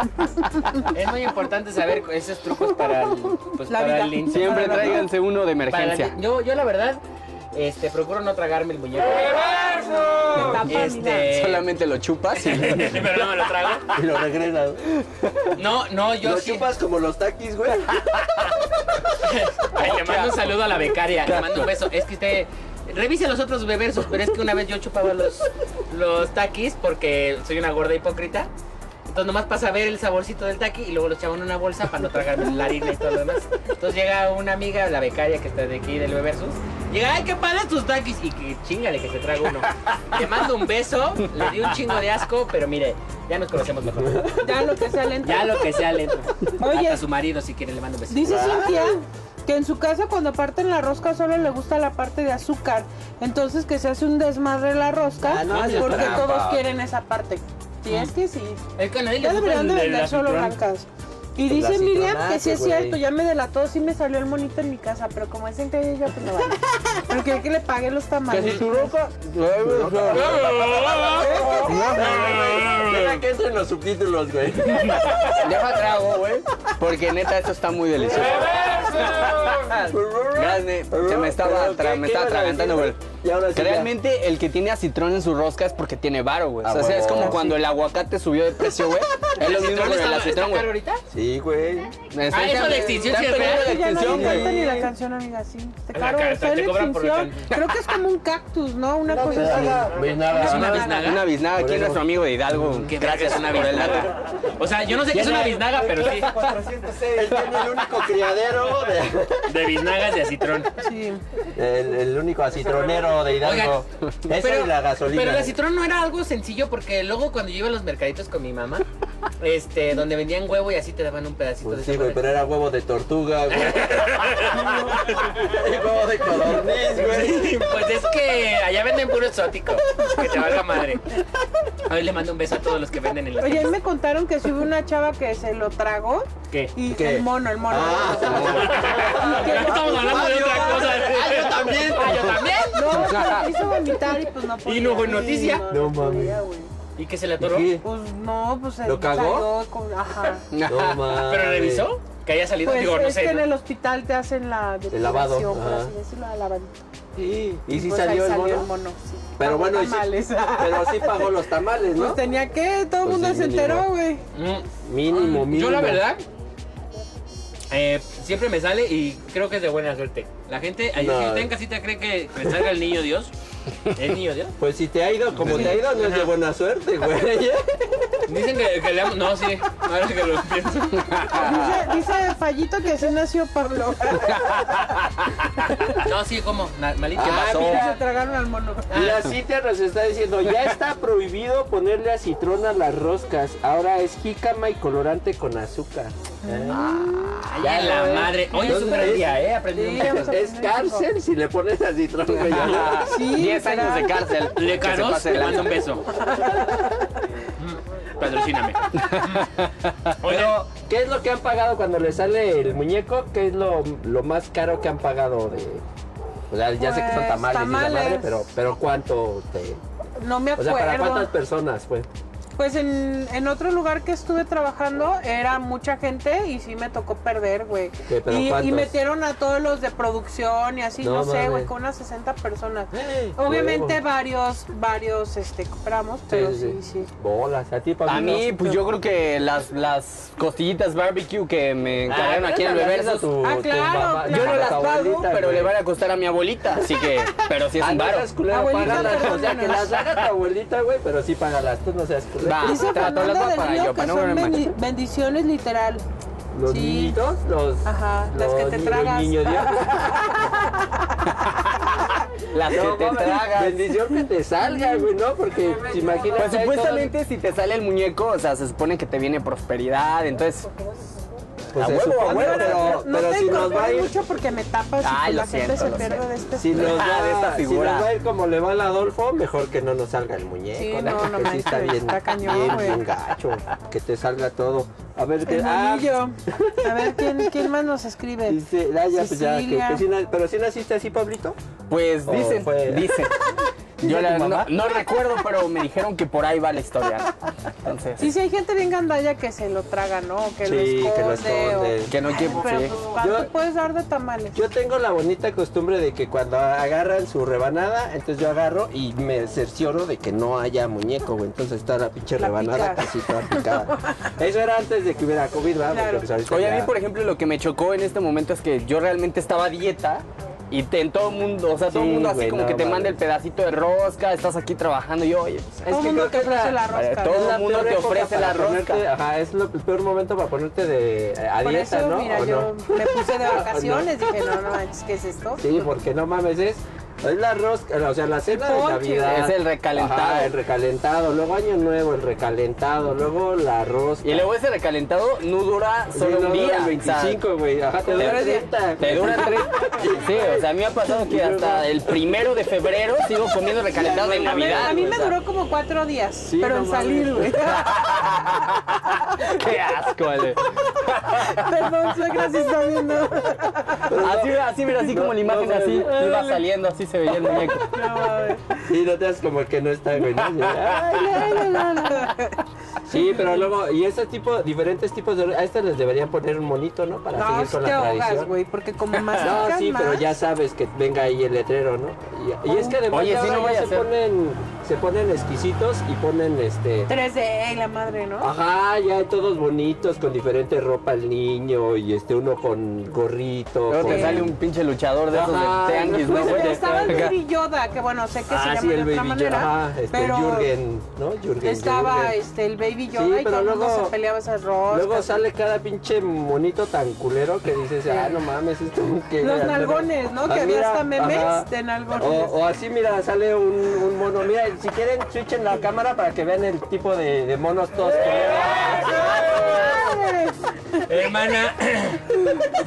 Speaker 3: Es muy importante saber esos trucos para el, pues,
Speaker 1: La
Speaker 3: para
Speaker 1: vida.
Speaker 3: el insecto.
Speaker 2: Siempre tráiganse uno de
Speaker 3: Para la-
Speaker 2: emergencia.
Speaker 3: yo, yo la verdad, este, procuro no tragarme el muñeco.
Speaker 1: Tapa, mira.
Speaker 3: Este,
Speaker 2: Solamente lo chupas y
Speaker 3: pero no me lo trago.
Speaker 4: Y lo regresas.
Speaker 3: No, no, yo
Speaker 4: Lo
Speaker 3: sí.
Speaker 4: chupas como los taquis, güey.
Speaker 3: Ay, le mando un saludo a la becaria, le mando un beso. Es que usted revise los otros beversos, pero es que una vez yo chupaba los, los taquis porque soy una gorda hipócrita. Entonces nomás pasa a ver el saborcito del taqui y luego los echaban en una bolsa para no tragarme la harina y todo lo demás. Entonces llega una amiga, la becaria que está de aquí del Beversus. Llega, ay, qué padres tus taquis. Y que chingale que se traga uno. Te mando un beso, le di un chingo de asco, pero mire, ya nos conocemos mejor.
Speaker 1: Ya lo que sea lento.
Speaker 3: Ya lo que sea lento.
Speaker 1: Oye.
Speaker 3: Hasta su marido si quiere le mando un beso.
Speaker 1: Dice Cintia que en su casa cuando parten la rosca solo le gusta la parte de azúcar. Entonces que se hace un desmadre la rosca
Speaker 2: Ah, no, eso es
Speaker 1: porque
Speaker 2: trampa. Ah.
Speaker 1: todos quieren esa parte. Sí, es que sí.
Speaker 3: El canadí
Speaker 1: Ya
Speaker 3: le gusta
Speaker 1: deberían de
Speaker 3: el-
Speaker 1: vender
Speaker 5: la
Speaker 1: solo
Speaker 5: citrón.
Speaker 1: blancas. Y
Speaker 2: Pues la
Speaker 1: dice Miriam que sí
Speaker 2: citronace,
Speaker 1: es
Speaker 2: güey.
Speaker 1: cierto, ya me delató, sí me salió el monito en mi casa, pero como es entre yo, pues no vale. Pero quería que le pagué los
Speaker 4: Que
Speaker 1: tamales.
Speaker 4: si tu roca. Deja que entren los subtítulos, güey.
Speaker 2: Deja trago, güey. Porque neta, esto está muy delicioso.
Speaker 3: Eh,
Speaker 2: Grande, se me estaba,
Speaker 4: Pero, ¿qué-
Speaker 2: tra- me
Speaker 4: qué iban a
Speaker 2: estaba
Speaker 4: decir,
Speaker 2: atragantando, güey.
Speaker 4: Y ahora sí.
Speaker 2: Que Realmente el que tiene acitrón en su rosca es porque tiene varo, güey.
Speaker 4: Ah,
Speaker 2: o sea,
Speaker 4: huevo.
Speaker 2: es como cuando el aguacate subió de precio, güey. Es lo mismo con el
Speaker 3: ¿Está- está
Speaker 2: acitrón,
Speaker 3: caro
Speaker 2: güey.
Speaker 3: ahorita?
Speaker 4: ya- Sí, güey.
Speaker 2: Está
Speaker 3: Ah, eso
Speaker 2: en
Speaker 3: de
Speaker 2: peligro-
Speaker 3: extinción
Speaker 2: está
Speaker 3: sí
Speaker 2: en
Speaker 3: es
Speaker 2: peligro
Speaker 3: real.
Speaker 1: Ay,
Speaker 2: de
Speaker 1: ya no le
Speaker 2: extinción,
Speaker 1: encanta
Speaker 2: güey.
Speaker 1: ni la canción, amiga, sí. Está
Speaker 3: La
Speaker 1: caro,
Speaker 3: cara,
Speaker 1: está en
Speaker 3: te cobran por
Speaker 1: extinción. Creo que es como un cactus, ¿no? Una cosa así.
Speaker 3: pues, ¿Es
Speaker 2: Una
Speaker 3: una
Speaker 2: biznaga.
Speaker 3: biznaga?
Speaker 2: Una biznaga. Aquí nuestro amigo de Hidalgo.
Speaker 3: Qué
Speaker 2: Gracias,
Speaker 3: verga
Speaker 2: una
Speaker 3: es una
Speaker 2: biznaga.
Speaker 3: O sea, yo no sé qué es una biznaga, pero sí.
Speaker 4: Él tiene el único criadero, de-
Speaker 5: De biznagas de acitrón.
Speaker 1: Sí.
Speaker 4: el, el único acitronero de Hidalgo. Esa es la gasolina.
Speaker 3: Pero el acitrón no era algo sencillo porque luego cuando yo iba a los mercaditos con mi mamá, este, donde vendían huevo y así te daban un pedacito
Speaker 4: Pues
Speaker 3: de
Speaker 4: sí,
Speaker 3: esa
Speaker 4: güey,
Speaker 3: madre.
Speaker 4: pero era huevo de tortuga, güey. Y huevo de codorniz, güey.
Speaker 3: Pues es que allá venden puro exótico. Que te valga madre. Hoy le mando un beso a todos los que venden en la
Speaker 1: Oye, a mí me contaron que sí hubo una chava que se lo tragó.
Speaker 5: ¿Qué?
Speaker 1: Y
Speaker 4: ¿Qué?
Speaker 1: el mono, el mono.
Speaker 4: Ah,
Speaker 1: Y que-
Speaker 5: Estamos hablando de otra cosa.
Speaker 3: yo también! ¡Ah, yo también!
Speaker 1: No, se hizo vomitar y pues no podía.
Speaker 3: Y no fue noticia.
Speaker 4: No
Speaker 1: mames.
Speaker 4: mames.
Speaker 3: ¿Y qué se le atoró?
Speaker 4: Sí.
Speaker 1: Pues no, pues se
Speaker 4: ¿Lo cagó?
Speaker 1: salió con- ajá.
Speaker 4: No mames.
Speaker 3: ¿Pero revisó? Que haya salido,
Speaker 1: Pues
Speaker 3: digo, no
Speaker 1: es que
Speaker 3: sé.
Speaker 1: en
Speaker 3: ¿no?
Speaker 1: el hospital te hacen la depilación,
Speaker 4: lavado,
Speaker 1: por
Speaker 4: ajá.
Speaker 1: así decirlo, la lavadita.
Speaker 4: Sí. ¿Y si
Speaker 1: Pues ahí
Speaker 4: salió el
Speaker 1: salió
Speaker 4: mono?
Speaker 1: sí.
Speaker 4: Pero
Speaker 1: Pagó
Speaker 4: bueno, y sí-
Speaker 1: tamales.
Speaker 4: pero sí pagó los tamales,
Speaker 1: Pues
Speaker 4: ¿no?
Speaker 1: tenía que, todo
Speaker 4: Pues
Speaker 1: el mundo
Speaker 4: sí,
Speaker 1: se
Speaker 4: mínimo.
Speaker 1: enteró, güey.
Speaker 3: Mm.
Speaker 4: Mínimo, mínimo.
Speaker 3: Yo la verdad, eh, siempre me sale y creo que es de buena suerte. La gente, ahí
Speaker 4: No.
Speaker 3: si está en casita, cree que me salga el niño Dios. ¿El niño Dios?
Speaker 4: Pues si te ha ido como te ha ido, no es de buena suerte, güey.
Speaker 3: Dicen que, que le amo- No, sí, ahora que lo pienso.
Speaker 1: Dice, dice Fallito que así nació Pablo.
Speaker 3: No, sí, ¿cómo? Na- Malito.
Speaker 4: ¿Qué pasó?
Speaker 1: Mira, se tragaron al mono.
Speaker 2: Ah.
Speaker 4: La Cintia nos está diciendo, ya está prohibido ponerle a citrón a las roscas. Ahora es jícama y colorante con azúcar.
Speaker 2: Ah.
Speaker 3: Ay, a la madre. Hoy es un gran día, ¿eh? Aprendí un
Speaker 1: Sí, vamos a
Speaker 4: Es
Speaker 1: poner
Speaker 4: cárcel si le pones a citrón, güey.
Speaker 2: Ajá.
Speaker 1: Sí,
Speaker 2: 10 años de cárcel.
Speaker 3: Le
Speaker 2: Que se
Speaker 3: caros,
Speaker 2: pase de
Speaker 3: te mando un
Speaker 2: lanza.
Speaker 3: beso. Mm, Patrocíname. Oigan,
Speaker 4: Pero, ¿qué es lo que han pagado cuando le sale el muñeco? ¿Qué es lo, lo más caro que han pagado de...? O sea, ya sé que son
Speaker 1: Pues,
Speaker 4: tamales, y la madre,
Speaker 1: tamales.
Speaker 4: pero, pero ¿cuánto te...?
Speaker 1: No me
Speaker 4: O
Speaker 1: acuerdo.
Speaker 4: sea, ¿para cuántas personas fue?
Speaker 1: Pues en, en otro lugar que estuve trabajando era mucha gente y sí me tocó perder, güey.
Speaker 4: ¿Qué, pero
Speaker 1: Y,
Speaker 4: cuántos?
Speaker 1: y metieron a todos los de producción y así,
Speaker 4: No
Speaker 1: no, sé,
Speaker 4: mames.
Speaker 1: güey, con unas 60 personas. Obviamente
Speaker 4: Huevo.
Speaker 1: varios, varios, este, compramos, pero sí, sí.
Speaker 4: Bolas, a ti, Ah, Pablo.
Speaker 2: A mí, pues yo creo que las, las costillitas barbecue que
Speaker 4: Ah,
Speaker 2: me encargaron aquí en el beber,
Speaker 1: Ah, claro, claro.
Speaker 2: yo no las pago,
Speaker 4: abuelita,
Speaker 2: pero
Speaker 4: güey.
Speaker 2: le van a costar a mi abuelita. Así que, pero si es
Speaker 4: Ah,
Speaker 2: un
Speaker 4: no
Speaker 2: varo.
Speaker 4: seas culero,
Speaker 1: Abuelita,
Speaker 4: págalas. O sea, que
Speaker 1: perdónanos.
Speaker 4: las haga tu abuelita, güey, pero sí págalas. Tú no seas culero.
Speaker 2: Va. Ah,
Speaker 1: Dice
Speaker 2: trato, las
Speaker 1: Fernanda
Speaker 2: voy a
Speaker 1: del
Speaker 2: pagar
Speaker 1: Río
Speaker 2: yo,
Speaker 1: que
Speaker 2: para no
Speaker 1: son
Speaker 2: verme
Speaker 1: bendi- bendiciones literal.
Speaker 4: Los
Speaker 1: Sí.
Speaker 4: niñitos, los...
Speaker 1: Ajá, las que te
Speaker 4: los
Speaker 1: tragas.
Speaker 4: niño Dios.
Speaker 2: Las que
Speaker 4: No,
Speaker 2: te
Speaker 4: mames,
Speaker 2: tragas.
Speaker 4: Bendición que te salga, güey, ¿no? Porque si imaginas...
Speaker 2: Pues
Speaker 4: ahí
Speaker 2: supuestamente si te sale el muñeco, o sea, se supone que te viene prosperidad, entonces...
Speaker 4: todos- Pues
Speaker 2: a
Speaker 4: se
Speaker 2: huevo, a
Speaker 4: supone,
Speaker 2: huevo,
Speaker 4: pero,
Speaker 1: no
Speaker 4: pero
Speaker 1: te
Speaker 4: si nos va a
Speaker 1: incorpores
Speaker 4: ir...
Speaker 1: mucho porque me tapas
Speaker 2: Ay,
Speaker 1: y pues
Speaker 2: lo
Speaker 1: la gente
Speaker 2: siento,
Speaker 1: se
Speaker 2: lo
Speaker 1: pierde
Speaker 2: siento.
Speaker 1: de este
Speaker 4: Si nos,
Speaker 2: Ah,
Speaker 4: va,
Speaker 2: de esta
Speaker 4: si
Speaker 2: figura.
Speaker 4: nos va a ir como le va al Adolfo, mejor que no nos salga el muñeco.
Speaker 1: Sí,
Speaker 4: la
Speaker 1: no,
Speaker 4: neta que
Speaker 1: no
Speaker 4: sí
Speaker 1: manches,
Speaker 4: está bien,
Speaker 1: está cañón,
Speaker 4: bien,
Speaker 1: güey.
Speaker 4: bien gacho. Que te salga todo. A ver, que,
Speaker 1: El
Speaker 4: ah,
Speaker 1: anillo. A ver, ¿quién, quién más nos escribe?
Speaker 4: dice, ah, ya, pues ya, que-
Speaker 1: Cecilia.
Speaker 4: que sí na- pero si naciste así, Pablito.
Speaker 2: Pues
Speaker 4: Oh,
Speaker 2: dicen,
Speaker 4: fue-
Speaker 2: dicen. Yo la-
Speaker 4: tu
Speaker 2: no,
Speaker 4: mamá?
Speaker 2: no recuerdo, pero me dijeron que por ahí va la historia. Entonces,
Speaker 1: Sí, sí, hay gente bien gandalla que se lo traga, ¿no? O Que lo
Speaker 4: Sí,
Speaker 1: esconde.
Speaker 4: que lo esconde.
Speaker 1: O...
Speaker 2: que no hay
Speaker 1: Ay,
Speaker 2: tiempo.
Speaker 1: pero
Speaker 2: sí.
Speaker 1: pues, ¿cuánto
Speaker 4: Yo-
Speaker 1: puedes dar de tamales?
Speaker 4: Yo tengo la bonita costumbre de que cuando agarran su rebanada, entonces yo agarro y me cercioro de que no haya muñeco, güey. Entonces está la pinche
Speaker 1: La
Speaker 4: rebanada
Speaker 1: picada.
Speaker 4: casi toda picada. Eso era antes de que hubiera COVID, ¿verdad?
Speaker 1: Claro.
Speaker 4: Porque, pues, ahorita
Speaker 2: Oye, a
Speaker 4: ya-
Speaker 2: mí, por ejemplo, lo que me chocó en este momento es que yo realmente estaba a dieta Y te- en todo el mundo, o sea, todo el
Speaker 4: Sí,
Speaker 2: mundo así
Speaker 4: güey,
Speaker 2: como
Speaker 4: no
Speaker 2: que te manda
Speaker 4: mames.
Speaker 2: el pedacito de rosca, estás aquí trabajando y yo, oye, pues,
Speaker 1: Todo
Speaker 4: que
Speaker 1: mundo
Speaker 4: creo que es
Speaker 1: te
Speaker 4: la-
Speaker 1: ofrece la
Speaker 2: eh,
Speaker 1: rosca.
Speaker 2: todo
Speaker 1: ¿no?
Speaker 2: el mundo te ofrece la rosca.
Speaker 4: Ponerte, ajá, es lo- el peor momento para ponerte de, a
Speaker 1: Por
Speaker 4: dieta,
Speaker 1: eso,
Speaker 4: ¿no?
Speaker 1: mira,
Speaker 4: ¿O
Speaker 1: yo
Speaker 4: no?
Speaker 1: me puse de vacaciones. Dije, no, no manches, ¿qué es esto?
Speaker 4: Sí, porque no mames, es, es la rosca, o sea, la cena de
Speaker 1: ponche,
Speaker 4: Navidad.
Speaker 2: es el recalentado.
Speaker 4: Ajá, el recalentado, luego Año Nuevo, el recalentado, luego la rosca.
Speaker 2: Y luego ese recalentado no dura
Speaker 4: Sí,
Speaker 2: solo
Speaker 4: no,
Speaker 2: un día.
Speaker 4: El
Speaker 2: o sea,
Speaker 4: 25, güey. Ajá, te dura
Speaker 2: Pero-
Speaker 4: 30.
Speaker 2: Te
Speaker 4: güey.
Speaker 2: dura tres. Sí, o sea, a mí me ha pasado que hasta el primero de febrero sigo comiendo recalentado de
Speaker 1: A mí,
Speaker 2: Navidad.
Speaker 1: a mí me
Speaker 2: güey, o sea,
Speaker 1: duró como cuatro días,
Speaker 4: Sí,
Speaker 1: pero
Speaker 4: no
Speaker 1: en salir, güey.
Speaker 4: mames.
Speaker 2: Qué asco, Ale.
Speaker 1: Perdón, suegra, si está viendo.
Speaker 2: Así, así, mira, así como la imagen,
Speaker 4: no,
Speaker 2: así
Speaker 4: no,
Speaker 2: iba saliendo, así se veía el muñeco.
Speaker 1: No, a ver.
Speaker 4: Sí, no te das como que no está, güey. ¿no? Sí, ay,
Speaker 1: No, no, no, no.
Speaker 4: Sí, pero luego, y ese tipo, diferentes tipos de. A este les deberían poner un monito, ¿no? Para
Speaker 1: No,
Speaker 4: seguir
Speaker 1: sí
Speaker 4: con
Speaker 1: te
Speaker 4: la
Speaker 1: ahogas,
Speaker 4: tradición.
Speaker 1: güey, porque como más
Speaker 4: No, sí, pero ya sabes que venga ahí el letrero, ¿no? Y, y es que además
Speaker 2: Oye,
Speaker 4: ya
Speaker 2: sí,
Speaker 4: ahora
Speaker 2: no
Speaker 4: ya
Speaker 2: vaya a
Speaker 4: se
Speaker 2: ser.
Speaker 4: ponen se ponen exquisitos y ponen este
Speaker 1: 3D, la madre,
Speaker 4: Ah,
Speaker 1: ¿no?
Speaker 4: Ajá, ya todos bonitos, con diferente ropa el niño y este uno con gorrito.
Speaker 2: Luego
Speaker 4: con-
Speaker 2: te sale un pinche luchador de esos
Speaker 4: Ajá,
Speaker 2: de tianguis, ¿no,
Speaker 1: Pues
Speaker 2: güey?
Speaker 1: estaba el
Speaker 2: Acá.
Speaker 1: Baby Yoda, que bueno, sé que se
Speaker 4: Ah,
Speaker 1: llama
Speaker 4: sí,
Speaker 1: de
Speaker 4: el
Speaker 1: otra
Speaker 4: Baby
Speaker 1: manera,
Speaker 4: Yoda. Ajá, este,
Speaker 1: pero
Speaker 4: Jürgen, ¿no? Jürgen.
Speaker 1: estaba
Speaker 4: Jürgen.
Speaker 1: este, el Baby Yoda
Speaker 4: Pues Sí,
Speaker 1: y
Speaker 4: pero
Speaker 1: todo el mundo
Speaker 4: luego-
Speaker 1: se peleaba esas roscas.
Speaker 4: Luego sale cada pinche monito tan culero que dices, ah, no mames, esto que...
Speaker 1: Los nalgones, ¿no? Que había hasta memes de nalgones.
Speaker 4: O, o así, mira, sale un, un mono. Mira, si quieren, switchen la cámara para que vean el tipo de, de monos
Speaker 1: ¡Eh!
Speaker 4: todos culeros.
Speaker 1: ¡Madre!
Speaker 3: Hermana,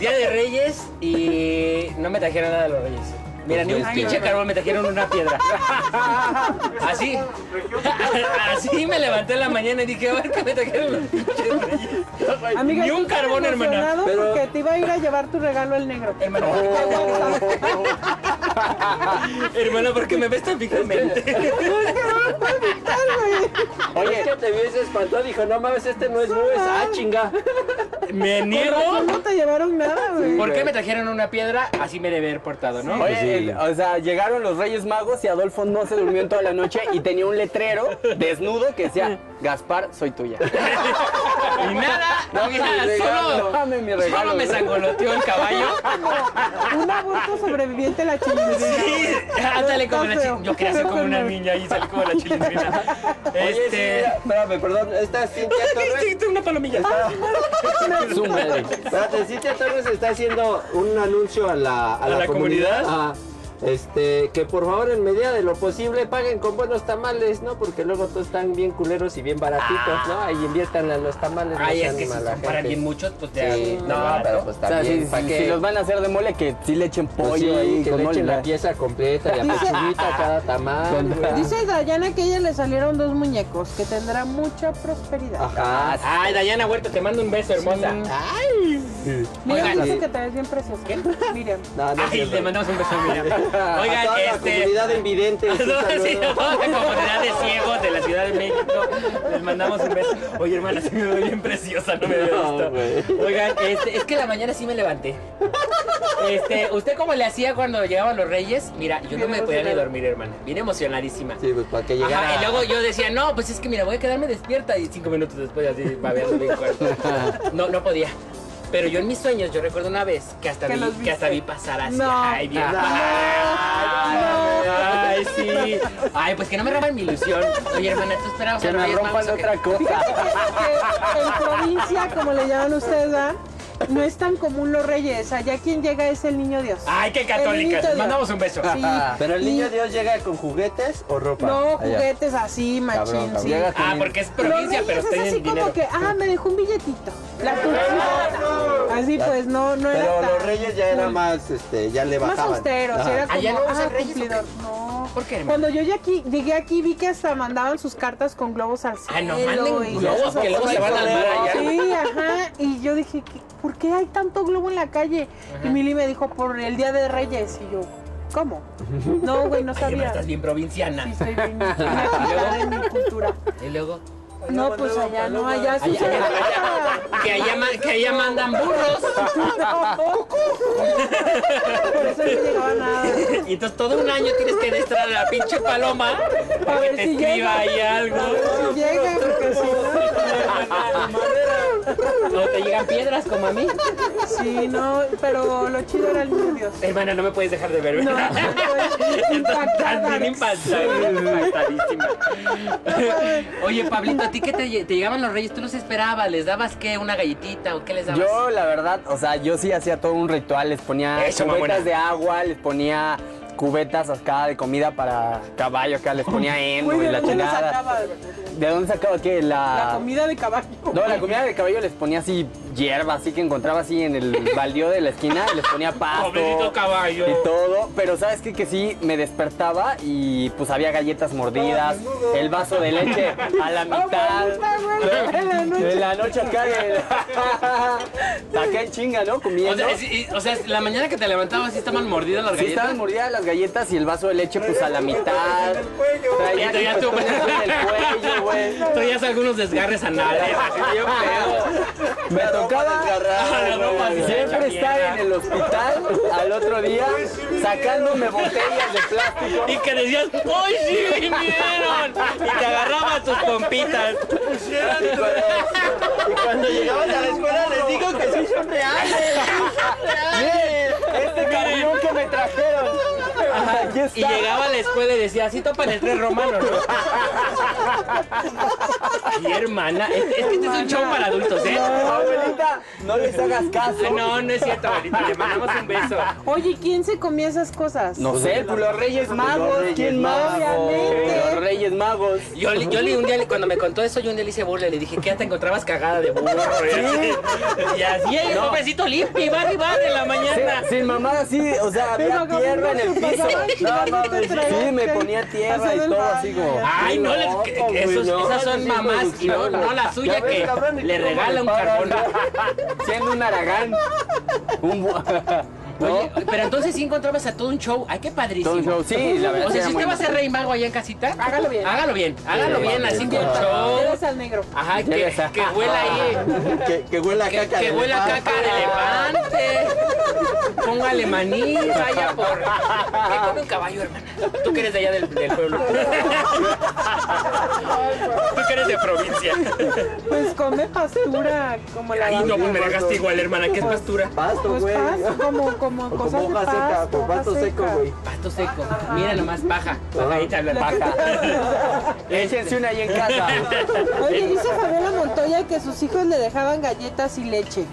Speaker 3: Día de Reyes y no me trajeron nada de los Reyes. Mira, ni un
Speaker 1: Ay,
Speaker 3: pinche
Speaker 1: no.
Speaker 3: carbón, me trajeron una piedra. Así, así me levanté en la mañana y dije, a ver qué me trajeron los pinches Reyes.
Speaker 1: Amiga,
Speaker 3: Ni un
Speaker 1: ¿estás
Speaker 3: carbón, hermana.
Speaker 1: emocionado?
Speaker 4: Pero-
Speaker 1: Porque te iba a ir a llevar tu regalo al negro.
Speaker 3: Hermana, hermana, ¿por qué me ves tan fijamente?
Speaker 4: Oye, es que te vio y se espantó, dijo, no mames, este no es Boo, es ah, chinga.
Speaker 3: Me niego.
Speaker 1: No te llevaron nada, güey.
Speaker 3: ¿Por qué me trajeron una piedra? Así me debe haber portado, ¿no?
Speaker 4: Pues
Speaker 2: Oye, el- o sea, llegaron los Reyes Magos y Adolfo no se durmió en toda la noche y tenía un letrero desnudo que decía, Gaspar, soy tuya.
Speaker 3: Y nada, mira,
Speaker 2: mi regalo,
Speaker 3: solo,
Speaker 2: dame mi regalo,
Speaker 3: solo me
Speaker 2: ¿no?
Speaker 3: sangoloteó el caballo.
Speaker 1: Un aborto sobreviviente a la chilindrina.
Speaker 3: Sí, ándale como la
Speaker 1: feo.
Speaker 3: chilindrina. Yo quería ser como una niña y salí como la chilindrina.
Speaker 4: Oye, sí,
Speaker 3: Este.
Speaker 4: mira, espérame, perdón, esta es Cintia Torres.
Speaker 3: Hiciste una palomilla.
Speaker 1: Ah.
Speaker 4: Está-
Speaker 2: Su madre.
Speaker 4: Espérate, Cintia Torres está haciendo un anuncio a la, a la
Speaker 5: la comunidad?
Speaker 4: Ajá. este, que por favor, en medida de lo posible, paguen con buenos tamales, ¿no? Porque luego todos están bien culeros y bien baratitos, ¿no? Ahí inviertan a los tamales.
Speaker 3: Ay,
Speaker 4: no
Speaker 3: es
Speaker 4: sean
Speaker 3: que si
Speaker 4: mala
Speaker 3: son para
Speaker 4: gente.
Speaker 3: bien muchos, pues te
Speaker 4: Sí,
Speaker 3: hago.
Speaker 4: no, pero pues
Speaker 2: O sea,
Speaker 4: también,
Speaker 2: si,
Speaker 4: ¿pa'
Speaker 2: si-
Speaker 4: qué?
Speaker 2: si los van a hacer de mole, que sí le echen pollo
Speaker 4: Pues sí,
Speaker 2: ahí,
Speaker 4: que
Speaker 2: con
Speaker 4: le
Speaker 2: mole,
Speaker 4: echen
Speaker 2: ¿no?
Speaker 4: la pieza completa y la
Speaker 1: Dice-
Speaker 4: pechuguita a cada tamal.
Speaker 2: Con-
Speaker 4: güey.
Speaker 1: Dice Dayana que a ella le salieron dos muñecos, que tendrá mucha prosperidad.
Speaker 4: Ah, Ajá.
Speaker 3: Ay, Dayana Huerta, te mando un beso, hermosa.
Speaker 4: Ah,
Speaker 1: Mira,
Speaker 3: Oigan,
Speaker 1: dice que te ves bien preciosa. Miriam.
Speaker 4: No, no es
Speaker 3: Ay,
Speaker 4: cierto.
Speaker 3: te mandamos un beso, mira.
Speaker 4: A
Speaker 3: Oigan,
Speaker 4: toda la
Speaker 3: este.
Speaker 4: comunidad de invidentes. un
Speaker 3: No, sí,
Speaker 4: saludo.
Speaker 3: a toda la comunidad de ciegos de la Ciudad de México. Les mandamos un beso. Oye, hermana, sí me veo bien preciosa, no me
Speaker 4: No,
Speaker 3: veo visto.
Speaker 4: güey.
Speaker 3: Oigan, este, es que la mañana sí me levanté. Este, ¿usted cómo le hacía cuando llegaban los reyes? Mira, yo no
Speaker 1: Bien
Speaker 3: me podía ni
Speaker 1: emocionada.
Speaker 3: dormir, hermana. Bien emocionadísima.
Speaker 4: Sí, pues para que llegara.
Speaker 3: Ajá, y luego yo decía, no, pues es que mira, voy a quedarme despierta. Y cinco minutos después así babeando bien cuerpo. No, no podía. Pero yo en mis sueños, yo recuerdo una vez que hasta,
Speaker 1: Que
Speaker 3: vi,
Speaker 1: los
Speaker 3: que hasta
Speaker 1: viste.
Speaker 3: vi pasar así.
Speaker 1: No.
Speaker 3: Ay, bien.
Speaker 4: No.
Speaker 3: Ay, sí. Ay, pues que no me rompan mi ilusión. Oye, hermana, tú esperabas
Speaker 2: Que
Speaker 3: otra
Speaker 2: me
Speaker 3: vez,
Speaker 2: rompan
Speaker 3: vamos, ¿o qué?
Speaker 2: otra cosa.
Speaker 1: Que en provincia, como le llaman ustedes, ¿verdad? No es tan común los reyes. Allá quien llega es el niño Dios.
Speaker 3: Ay, qué
Speaker 1: El niño
Speaker 3: católicas.
Speaker 1: Dios.
Speaker 3: Mandamos un beso.
Speaker 1: Sí.
Speaker 4: Pero el niño
Speaker 1: Y-
Speaker 4: Dios llega con juguetes o ropa. Allá.
Speaker 1: No, juguetes así, machín,
Speaker 4: Cabrón, cabrón.
Speaker 1: sí.
Speaker 4: Llega
Speaker 3: Ah, porque es
Speaker 1: Los
Speaker 3: provincia, pero
Speaker 1: Reyes es
Speaker 3: tienen
Speaker 1: así
Speaker 3: dinero.
Speaker 1: como que, ah, me dejó un billetito. La tuchita. Así pues, no, no era
Speaker 4: Pero
Speaker 1: tan...
Speaker 4: los reyes ya era más, este, ya le
Speaker 1: Más
Speaker 4: bajaban.
Speaker 1: austero,
Speaker 4: Ajá.
Speaker 1: si era como,
Speaker 3: Allá no usan
Speaker 1: ah,
Speaker 3: reyes, ¿o
Speaker 1: cumplidor. No.
Speaker 3: ¿Por qué, hermano?
Speaker 1: Cuando yo ya aquí, llegué aquí, vi que hasta mandaban sus cartas con globos al cielo.
Speaker 3: Ah, no, manden
Speaker 1: y
Speaker 3: globos,
Speaker 1: esas
Speaker 3: que Ah, luego se van
Speaker 1: cosas.
Speaker 3: al mar allá.
Speaker 1: Sí, ajá. Y yo dije, ¿qué- ¿por qué hay tanto globo en la calle? Y Mili me dijo, por el Día de Reyes. Y yo, ¿cómo? No, güey, no
Speaker 3: Ay, hermana,
Speaker 1: sabía.
Speaker 3: estás bien provinciana.
Speaker 1: Sí, estoy bien. Una de mi cultura.
Speaker 3: Y luego,
Speaker 1: No, pues allá no, allá sí se
Speaker 3: que allá, ma- que allá mandan burros.
Speaker 1: No. Por eso no llegaba nada.
Speaker 3: Y entonces todo un año tienes que destrar a la pinche paloma para
Speaker 1: ver
Speaker 3: que te
Speaker 1: si
Speaker 3: escriba
Speaker 1: llega.
Speaker 3: ahí algo.
Speaker 1: Si llega, porque si no.
Speaker 4: Madera.
Speaker 3: O te llegan piedras como a mí.
Speaker 1: Sí, no, pero lo chido era el niño Dios.
Speaker 5: Hermana, no me puedes dejar de ver,
Speaker 1: No,
Speaker 5: ¿verdad?
Speaker 1: estoy impactada.
Speaker 5: Bien impactada, bien impactadísima.
Speaker 3: Oye, Pablito, ¿a ti qué te, lle- te llegaban los reyes? ¿Tú los esperabas? ¿Les dabas qué? ¿Una galletita o qué les dabas?
Speaker 2: Yo, la verdad, o sea, yo sí hacía todo un ritual. Les ponía
Speaker 5: Eso,
Speaker 2: cubetas
Speaker 5: mamona.
Speaker 2: de agua, les ponía cubetas acá de comida para caballo, acá les ponía heno
Speaker 1: Güey,
Speaker 2: y
Speaker 1: ¿de
Speaker 2: la
Speaker 1: dónde le
Speaker 2: chingada.
Speaker 1: sacaba?
Speaker 2: ¿De dónde sacaba qué?
Speaker 1: La comida de caballo.
Speaker 2: No, la comida de caballo les ponía así hierba, así que encontraba así en el baldío de la esquina, y les ponía pasto
Speaker 5: Pobrecito caballo.
Speaker 2: y todo, pero sabes qué? que sí me despertaba y pues había galletas mordidas, el vaso de leche a la mitad.
Speaker 1: pues, güey, en la noche.
Speaker 2: De la noche acá de... acá en chinga, ¿no?
Speaker 3: O
Speaker 2: Comiendo.
Speaker 3: sea, es- y- o sea, la mañana que te levantabas sí estaban mordidas las
Speaker 2: Sí,
Speaker 3: galletas.
Speaker 2: estaban mordidas las galletas y el vaso de leche pues a la mitad.
Speaker 4: En el cuello.
Speaker 2: Traía
Speaker 5: Y traía
Speaker 2: pues,
Speaker 5: tu-
Speaker 2: todo eso en el cuello, güey.
Speaker 5: Traías algunos desgarres anales. así, bien feo.
Speaker 2: Me tocaba
Speaker 5: La ropa así
Speaker 2: siempre
Speaker 5: hecha
Speaker 2: estar
Speaker 5: mierda.
Speaker 2: en el hospital al otro día sacándome botellas de plástico.
Speaker 5: Y que decías, ¡ay, sí vinieron! Y te agarrabas tus pompitas.
Speaker 4: Y cuando llegaban a la escuela les digo que sí son reales.
Speaker 2: Este camión que me trajeron. Aquí está.
Speaker 5: Y llegaba a la escuela y decía, así topan el tres romano, ¿no? Y hermana, es, es que este es un show para adultos, ¿eh?
Speaker 2: Abuelita, no les hagas
Speaker 5: Ah,
Speaker 2: caso.
Speaker 5: No, no es cierto, abuelita, le mandamos un beso.
Speaker 1: Oye, ¿quién se comía esas cosas?
Speaker 2: No sé, pues los Reyes Magos,
Speaker 4: Reyes
Speaker 2: ¿quién más?
Speaker 1: Magos.
Speaker 2: Los Reyes Magos.
Speaker 3: Yo, le- yo le- un día, le- cuando me contó eso, yo un día le hice burla, le dije, ¿qué ya te encontrabas cagada de burro? Y así, y así, el pobrecito limpio, va y va de la
Speaker 2: Sí,
Speaker 3: mañana.
Speaker 2: sin mamada, sí, o sea,
Speaker 1: Pero
Speaker 2: había
Speaker 1: como
Speaker 2: tierra en
Speaker 1: no
Speaker 2: el
Speaker 1: se
Speaker 2: piso.
Speaker 1: pasaba el
Speaker 2: No
Speaker 1: chiquito,
Speaker 2: mames, sí,
Speaker 1: traía
Speaker 2: me
Speaker 1: que
Speaker 2: ponía tierra
Speaker 1: hacer
Speaker 2: y
Speaker 1: el
Speaker 2: todo
Speaker 1: baño,
Speaker 2: así como.
Speaker 1: ya.
Speaker 5: Ay, no, les- que- que esos- esas son mamás y no, no la suya que le regala un carbón.
Speaker 2: Siendo un aragán. Un bu- ¿No?
Speaker 3: Oye, pero entonces sí encontrabas a todo un show. Ay, qué padrísimo.
Speaker 2: Todo un show, sí, la verdad.
Speaker 3: O sea, si
Speaker 2: sí
Speaker 3: usted
Speaker 2: era
Speaker 3: va
Speaker 2: muy
Speaker 3: a ser rey mago allá en casita,
Speaker 1: Hágalo bien.
Speaker 3: Hágalo bien, hágalo bien, así con show.
Speaker 1: Eres al negro.
Speaker 3: Ajá, que,
Speaker 2: Llegas a-
Speaker 3: que huela ahí.
Speaker 4: Que, que huele a
Speaker 3: Que,
Speaker 4: caca.
Speaker 3: que
Speaker 4: de
Speaker 3: huela a
Speaker 4: elefante.
Speaker 3: caca de elefante. Póngale maní, vaya por. Que come un caballo, hermana. Tú que eres de allá del, del pueblo.
Speaker 5: Tú que eres de provincia.
Speaker 1: Pues come pastura como la
Speaker 5: Ay, no,
Speaker 1: vaca.
Speaker 5: pues me dejaste igual, hermana, que es pastura.
Speaker 4: Pasto,
Speaker 1: Pues
Speaker 4: güey.
Speaker 1: pasto, como, como
Speaker 4: O
Speaker 1: cosas
Speaker 4: como hoja
Speaker 1: de
Speaker 4: seca,
Speaker 1: pasto,
Speaker 4: con pasto seco, güey.
Speaker 3: Pasto seco. Mira nomás, paja. Ahí te habla el paja. Este.
Speaker 2: Échense una ahí en casa.
Speaker 1: Oye, dice Fabiola Montoya que sus hijos le dejaban galletas y leche.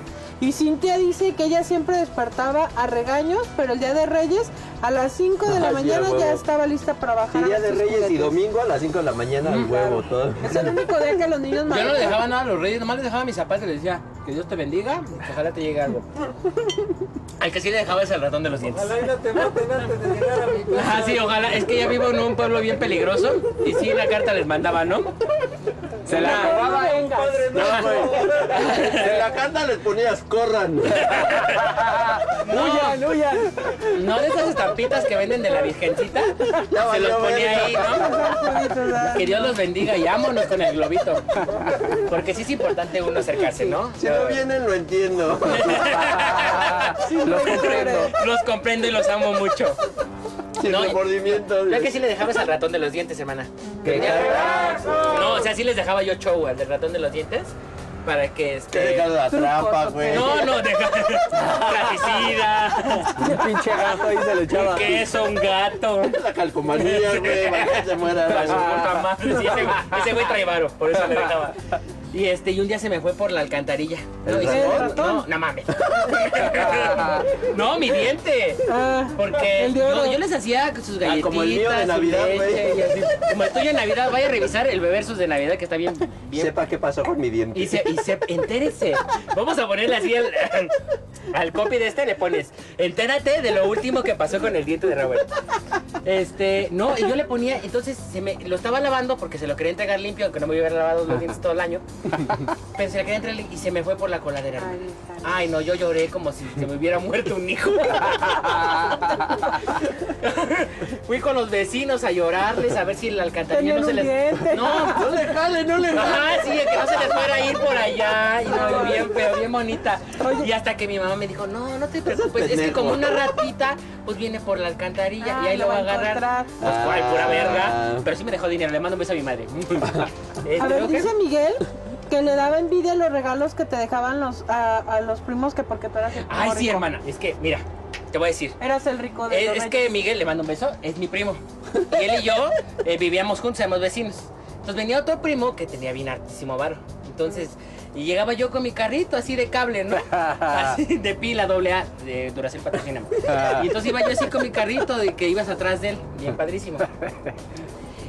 Speaker 1: Y Cintia dice que ella siempre despertaba a regaños, pero el día de Reyes a las 5 de la
Speaker 4: Ay, ya,
Speaker 1: mañana
Speaker 4: huevo.
Speaker 1: ya estaba lista para
Speaker 4: Y
Speaker 1: bajar. a
Speaker 4: día de
Speaker 1: sus
Speaker 4: Reyes y
Speaker 1: juguetes.
Speaker 4: domingo a las 5 de la mañana al huevo, todo.
Speaker 1: Es el único día que los niños
Speaker 3: Yo no
Speaker 1: manejan.
Speaker 3: le dejaba nada a los reyes, nomás les dejaba mis zapatos y les decía, que Dios te bendiga, que ojalá te llegue algo.
Speaker 5: Al que sí le dejaba es el ratón de los dientes.
Speaker 3: Ah, sí, ojalá. Es que ya vivo en un pueblo bien peligroso y sí, la carta les mandaba, ¿no?
Speaker 2: Se la robaba.
Speaker 4: En la carta les ponías corran.
Speaker 2: Huyan, huyan.
Speaker 3: No de esas estampitas que venden de la virgencita.
Speaker 4: Ya
Speaker 3: Se los
Speaker 4: valió
Speaker 3: ponía
Speaker 4: verga.
Speaker 3: ahí, ¿no? Que Dios los bendiga y ámonos con el globito. Porque sí es importante uno acercarse, ¿no?
Speaker 4: Si no vienen, lo entiendo.
Speaker 2: Lo comprendo.
Speaker 5: Los comprendo y los amo mucho.
Speaker 4: Sin
Speaker 3: No, y-
Speaker 4: remordimiento.
Speaker 3: Yo que sí le dejabas al ratón de los dientes, hermana.
Speaker 4: Que carga,
Speaker 3: No, o sea, sí les dejaba yo show al del ratón de los dientes para que
Speaker 4: que
Speaker 3: este.
Speaker 4: dejas las trampas, güey.
Speaker 5: No, no, deja. Platicida,
Speaker 2: Un pinche gato ahí se lo
Speaker 5: un
Speaker 2: echaba.
Speaker 5: queso, un gato.
Speaker 4: La calcomanía, güey, para que se
Speaker 5: A su
Speaker 4: muera.
Speaker 5: puta madre. Sí, ese, güey- ese güey trae varo, por eso le dejaba.
Speaker 3: Y este, y un día se me fue por la alcantarilla. No,
Speaker 4: ¿El
Speaker 3: y se-
Speaker 4: ratón? Ah.
Speaker 3: No, no mames. No, mi diente.
Speaker 1: Ah,
Speaker 3: Porque
Speaker 1: el de oro.
Speaker 3: no, yo les hacía sus galletitas,
Speaker 4: Ah, como el mío de
Speaker 3: su
Speaker 4: Navidad,
Speaker 3: leche
Speaker 4: güey.
Speaker 3: y así. Como el tuyo de Navidad, vaya a revisar el bebersus de Navidad que está bien, bien
Speaker 4: Sepa qué pasó con mi diente.
Speaker 3: y se, y se- entérese. Vamos a ponerle así al, al copy de este, le pones, entérate de lo último que pasó con el diente de Robert. Este, no, y yo le ponía, entonces se me, lo estaba lavando porque se lo quería entregar limpio, aunque no me hubiera lavado los dientes todo el año. Pero se le quería entregar limpio y se me fue por la coladera. Ay, no, yo lloré como si se me hubiera muerto un hijo. Fui con los vecinos a llorarles, a ver si la alcantarilla
Speaker 1: Tenían
Speaker 3: no se
Speaker 1: un
Speaker 3: les...
Speaker 1: diente.
Speaker 3: No,
Speaker 4: No le jale, no le jale.
Speaker 3: Ajá, sí, que no se les fuera a ir por allá. Y no, bien feo, bien bonita. Y hasta que mi mamá me dijo, no, no te preocupes, es que
Speaker 4: pendejo.
Speaker 3: como una ratita, pues viene por la alcantarilla
Speaker 1: Ah,
Speaker 3: y ahí lo
Speaker 1: lo
Speaker 3: va a
Speaker 1: va a encontrar.
Speaker 3: agarrar. Pues, ay, pura
Speaker 4: Ah.
Speaker 3: verga. Pero sí me dejó dinero, le mando un beso a mi madre. Este,
Speaker 1: A ver,
Speaker 3: creo que-
Speaker 1: dice Miguel que le daba envidia los regalos que te dejaban los a, a los primos que porque tú eras el primo
Speaker 3: Ay, sí,
Speaker 1: rico.
Speaker 3: hermana. Es que, mira, te voy a decir.
Speaker 1: Eras el rico de los
Speaker 3: Eh, Es, es que Miguel, le mando un beso, es mi primo. Y él y yo eh, vivíamos juntos, éramos vecinos. Entonces venía otro primo que tenía bien hartísimo varo. Entonces, y llegaba yo con mi carrito así de cable, ¿no? Así de pila doble A, de Duracell patrocíname. Y entonces iba yo así con mi carrito de que ibas atrás de él, bien padrísimo.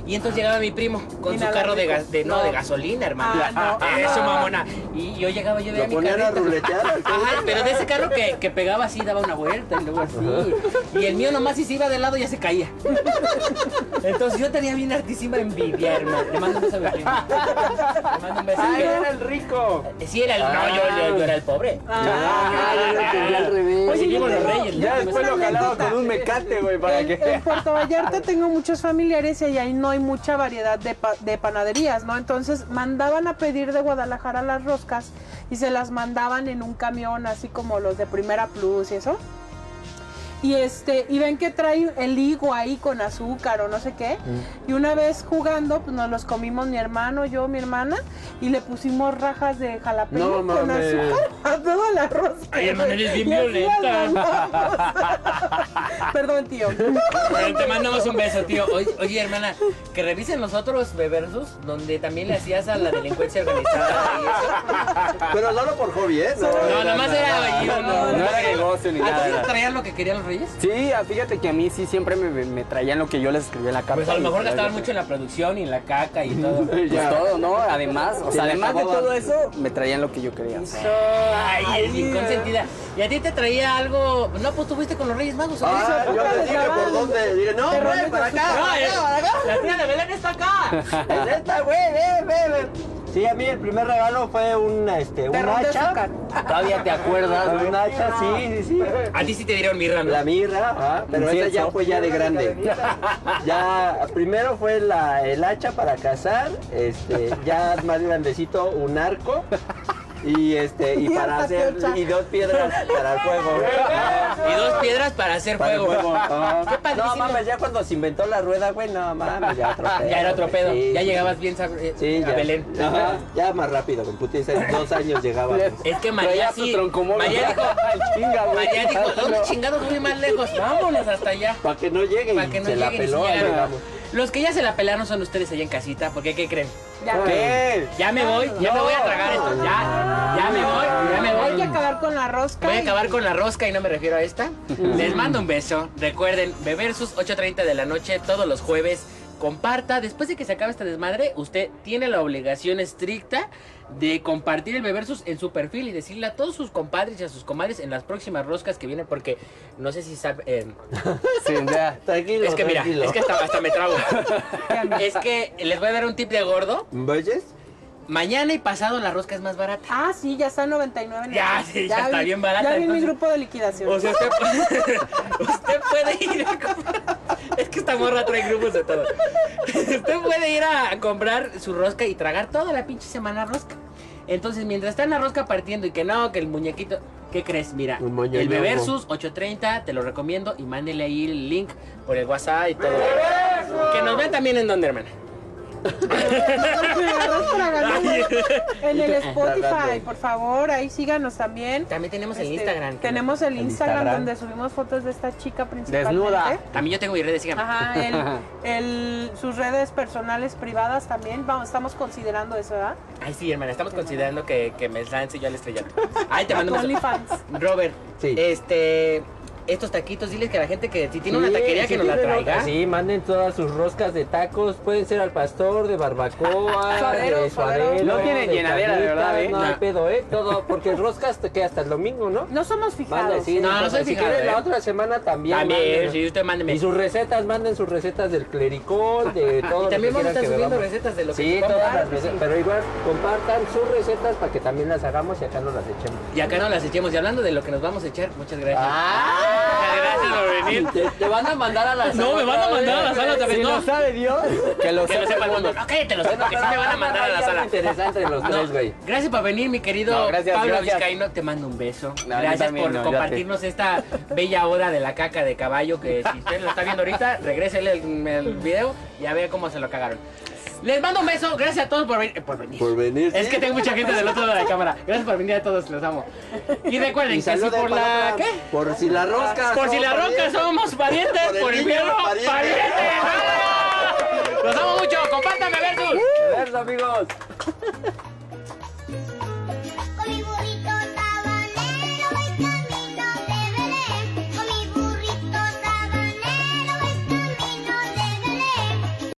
Speaker 3: Y entonces llegaba mi primo con su carro de, gas- de- no, de gasolina, hermano.
Speaker 1: Ah, no.
Speaker 3: Eso, mamona. Y yo llegaba, yo veía
Speaker 4: Lo
Speaker 3: mi
Speaker 4: ponían a
Speaker 3: carrito.
Speaker 4: ruletear.
Speaker 3: Ajá, pero de ese carro que, que pegaba así, daba una vuelta y luego así. Y el mío nomás si se iba de lado ya se caía. Entonces yo tenía bien hartísima envidia, hermano. Le mando un beso a mi primo. Le mando un beso.
Speaker 4: ¡Ay, era el rico!
Speaker 3: Sí, era el. No, yo, yo- yo era el pobre.
Speaker 4: Ah, yo lo entendí al revés.
Speaker 3: Oye,
Speaker 1: yo
Speaker 3: llevo los
Speaker 1: tengo-
Speaker 3: reyes.
Speaker 2: Ya
Speaker 3: ¿no?
Speaker 2: después lo
Speaker 1: Una
Speaker 2: jalaba
Speaker 1: anécdota.
Speaker 2: con un mecate, güey, para
Speaker 1: En-
Speaker 2: que.
Speaker 1: En Puerto Vallarta tengo muchos familiares y ahí no hay mucha variedad de, pa- de panaderías, ¿no? Entonces mandaban a pedir de Guadalajara las roscas y se las mandaban en un camión, así como los de Primera Plus y eso. Y este, y ven que trae el higo ahí con azúcar o no sé qué.
Speaker 4: Mm.
Speaker 1: Y una vez jugando, pues nos los comimos mi hermano, yo, mi hermana, y le pusimos rajas de jalapeño
Speaker 4: No
Speaker 1: con
Speaker 4: mames.
Speaker 1: azúcar a toda la rosca.
Speaker 3: Ay, hermano, eres bien
Speaker 1: Y así las
Speaker 3: violenta.
Speaker 1: mandamos. Perdón, tío.
Speaker 3: Pero te mandamos un beso, tío. Oye, oye, hermana, que revisen los otros beversus donde también le hacías a la delincuencia organizada y eso.
Speaker 4: Pero solo por hobby, ¿eh? No,
Speaker 3: No, nomás era yo, no. Ah,
Speaker 2: No era negocio ni
Speaker 3: ¿A ti
Speaker 2: nada.
Speaker 3: te traían lo que querían los reyes?
Speaker 2: Sí, ah, fíjate que a mí sí siempre me, me traían lo que yo les escribía en la carta.
Speaker 3: Pues a lo
Speaker 2: y-
Speaker 3: mejor gastaban mucho en la producción y en la caca y todo.
Speaker 2: Pues todo, ¿no? Además, o
Speaker 4: Se
Speaker 2: sea,
Speaker 4: le
Speaker 2: además de
Speaker 4: acababa.
Speaker 2: todo eso, me traían lo que yo quería.
Speaker 3: Ay, eres bien consentida. ¿Y a ti te traía algo? No, pues tú fuiste con los Reyes Magos. ¿o no?
Speaker 4: Ah, yo le dije por dónde. Dije, no, güey, para acá,
Speaker 3: No,
Speaker 4: para
Speaker 3: eh,
Speaker 4: acá, para acá.
Speaker 3: la tía de Belén está acá.
Speaker 4: Es esta, güey, ve, ve, ve. Sí, a mí el primer regalo fue un, este, un
Speaker 1: Terrón de
Speaker 4: hacha. Ah,
Speaker 1: azúcar.
Speaker 2: Todavía te acuerdas, güey?
Speaker 4: Un hacha, sí, sí, sí.
Speaker 3: A ti sí te dieron mi
Speaker 4: La
Speaker 3: rama.
Speaker 4: mirra, ajá, pero
Speaker 2: Sí,
Speaker 4: esa ya
Speaker 2: eso.
Speaker 4: fue ya de grande. Ya, primero fue la, el hacha para cazar, este, ya más grandecito un arco y este y
Speaker 1: Y
Speaker 4: para
Speaker 1: hasta
Speaker 4: hacer
Speaker 1: fecha.
Speaker 4: y dos piedras para el fuego. Ajá.
Speaker 3: Y dos piedras para hacer
Speaker 4: Para el
Speaker 3: fuego.
Speaker 4: fuego, ah. ajá.
Speaker 3: Qué padrísimo.
Speaker 4: No mames, ya cuando se inventó la rueda, güey, no mames, ya otro pedo.
Speaker 3: Ya era otro
Speaker 4: güey.
Speaker 3: pedo.
Speaker 4: Sí,
Speaker 3: Ya
Speaker 4: sí,
Speaker 3: llegabas bien sabr- eh,
Speaker 4: Sí,
Speaker 3: a
Speaker 4: ya.
Speaker 3: Belén.
Speaker 4: Ajá, ya más rápido, con putiza, en dos años llegaba.
Speaker 3: Es que
Speaker 2: Traía
Speaker 3: María
Speaker 2: tu
Speaker 3: sí.
Speaker 2: troncomóvil.
Speaker 3: María dijo,
Speaker 2: Al chinga, güey.
Speaker 3: María dijo, ¿dónde chingados fui más lejos? Vámonos hasta allá.
Speaker 4: Para que no llegue y
Speaker 3: Para que no
Speaker 4: se la
Speaker 3: lleguen y
Speaker 4: peló,
Speaker 3: se llegaron.
Speaker 4: digamos.
Speaker 3: Los que ya se la pelaron son ustedes allá en casita, porque ¿qué creen?
Speaker 1: Ya.
Speaker 2: ¿Qué?
Speaker 3: Ya me voy, ya me voy a tragar esto. Ya, ya me voy, ya me
Speaker 1: Hay que
Speaker 3: voy.
Speaker 1: acabar con la rosca.
Speaker 3: Voy a
Speaker 1: y-
Speaker 3: acabar con la rosca y no me refiero a esta.
Speaker 4: Mm.
Speaker 3: Les mando un beso. Recuerden, Beversus 8.30 de la noche todos los jueves. Comparta. Después de que se acabe este desmadre, usted tiene la obligación estricta de compartir el Beversus en su perfil y decirle a todos sus compadres y a sus comadres en las próximas roscas que vienen, porque no sé si eh, saben...
Speaker 2: Sí, ya.
Speaker 4: Tranquilo,
Speaker 3: es que mira,
Speaker 4: tranquilo.
Speaker 3: es que hasta, hasta me trago. es que les voy a dar un tip de gordo.
Speaker 4: ¿Oyes?
Speaker 3: Mañana y pasado la rosca es más barata.
Speaker 1: Ah, sí, ya está 99. en
Speaker 3: Ya,
Speaker 1: el-
Speaker 3: sí, ya está bien barata,
Speaker 1: Ya vi mi
Speaker 3: entonces.
Speaker 1: grupo de liquidación.
Speaker 3: O sea, usted puede, usted puede ir a comprar. Es que esta morra trae grupos de todo. Usted puede ir a comprar su rosca y tragar toda la pinche semana rosca. Entonces, mientras está en la rosca partiendo y que no, que el muñequito. ¿Qué crees? Mira,
Speaker 4: Un muñeco.
Speaker 3: el Beversus 830, te lo recomiendo y mándele ahí el link por el WhatsApp y todo. Que nos vean también en donde, hermana.
Speaker 1: Me agarras para ganar en el Spotify,
Speaker 4: Tragando.
Speaker 1: por favor, ahí síganos también.
Speaker 3: También tenemos el
Speaker 1: Este,
Speaker 3: Instagram. que
Speaker 1: Tenemos el Instagram,
Speaker 4: Instagram.
Speaker 1: donde subimos fotos de esta chica principalmente.
Speaker 2: Desnuda.
Speaker 3: no- También yo tengo mis redes, síganme.
Speaker 1: Ajá, el, el- sus redes personales privadas también. Vamos, estamos considerando eso, ¿verdad?
Speaker 3: Ay, sí, hermana, estamos considerando que, que me lance yo al estrellato. Ay, te mando
Speaker 1: Tu
Speaker 3: un beso.
Speaker 1: OnlyFans.
Speaker 3: Robert,
Speaker 4: Sí.
Speaker 3: este, estos taquitos, diles que la gente que si tiene una
Speaker 4: Sí,
Speaker 3: taquería
Speaker 4: si
Speaker 3: que nos la
Speaker 4: tienen
Speaker 3: traiga.
Speaker 4: otra, Sí, manden todas sus roscas de tacos. Pueden ser al pastor, de barbacoa,
Speaker 1: Suadero,
Speaker 4: de
Speaker 1: suadero.
Speaker 4: suadero.
Speaker 2: No tienen
Speaker 4: de
Speaker 2: llenadera, de verdad, ¿eh?
Speaker 4: No hay
Speaker 3: No.
Speaker 4: pedo, ¿eh? Todo, porque roscas te queda hasta el domingo, ¿no?
Speaker 1: No somos fijados.
Speaker 4: Manden, sí,
Speaker 3: No, no
Speaker 4: entonces,
Speaker 3: soy
Speaker 4: pues, Si
Speaker 3: fijado,
Speaker 4: quieren
Speaker 3: ¿eh?
Speaker 4: la otra semana también.
Speaker 3: También,
Speaker 4: mándenos.
Speaker 3: si usted mándeme.
Speaker 4: Y sus recetas, manden sus recetas del clericol, de todo.
Speaker 3: Y también
Speaker 4: lo que
Speaker 3: vamos a
Speaker 4: quieran
Speaker 3: estar
Speaker 4: que
Speaker 3: subiendo
Speaker 4: bebamos.
Speaker 3: recetas de lo que
Speaker 4: Sí,
Speaker 3: comamos.
Speaker 4: todas las recetas. Pero igual, compartan sus recetas para que también las hagamos y acá nos las echemos.
Speaker 3: Y acá no las echemos. Y hablando de lo que nos vamos a echar, muchas gracias. Muchas gracias por venir.
Speaker 4: Te, te van a mandar a la sala.
Speaker 3: No, me van a mandar a la sala también.
Speaker 2: Si
Speaker 3: No,
Speaker 2: lo sabe Dios, que lo
Speaker 3: que lo sepa
Speaker 2: sepa
Speaker 3: el mundo. No, cállate los porque sí me van a mandar a la sala.
Speaker 4: Interesante los
Speaker 3: Ah, No,
Speaker 4: tres, güey.
Speaker 3: gracias por venir, mi querido
Speaker 2: No, gracias,
Speaker 3: Pablo
Speaker 2: gracias.
Speaker 3: Vizcaíno. Te mando un beso.
Speaker 2: No, yo
Speaker 3: gracias
Speaker 2: también,
Speaker 3: por
Speaker 2: no, yo
Speaker 3: compartirnos esta bella hora de la caca de caballo. Que si usted lo está viendo ahorita, regrésele el, el video y a ver cómo se lo cagaron. Les mando un beso. Gracias a todos por, ven- por venir.
Speaker 2: Por venir.
Speaker 3: Es que tengo mucha gente del otro lado de la cámara. Gracias por venir a todos, los amo. Y recuerden
Speaker 2: Y
Speaker 3: que si
Speaker 2: saludos
Speaker 3: por
Speaker 2: para
Speaker 3: la.
Speaker 2: otra-
Speaker 3: ¿Qué?
Speaker 2: Por si la rosca.
Speaker 3: Por si
Speaker 2: somos
Speaker 3: la roca
Speaker 2: parientes.
Speaker 3: somos parientes,
Speaker 2: Por el
Speaker 3: por el
Speaker 2: niño,
Speaker 3: miedo,
Speaker 2: parientes.
Speaker 3: parientes. ¡Hala! Los amo mucho, compártanme versus.
Speaker 6: Verso, amigos.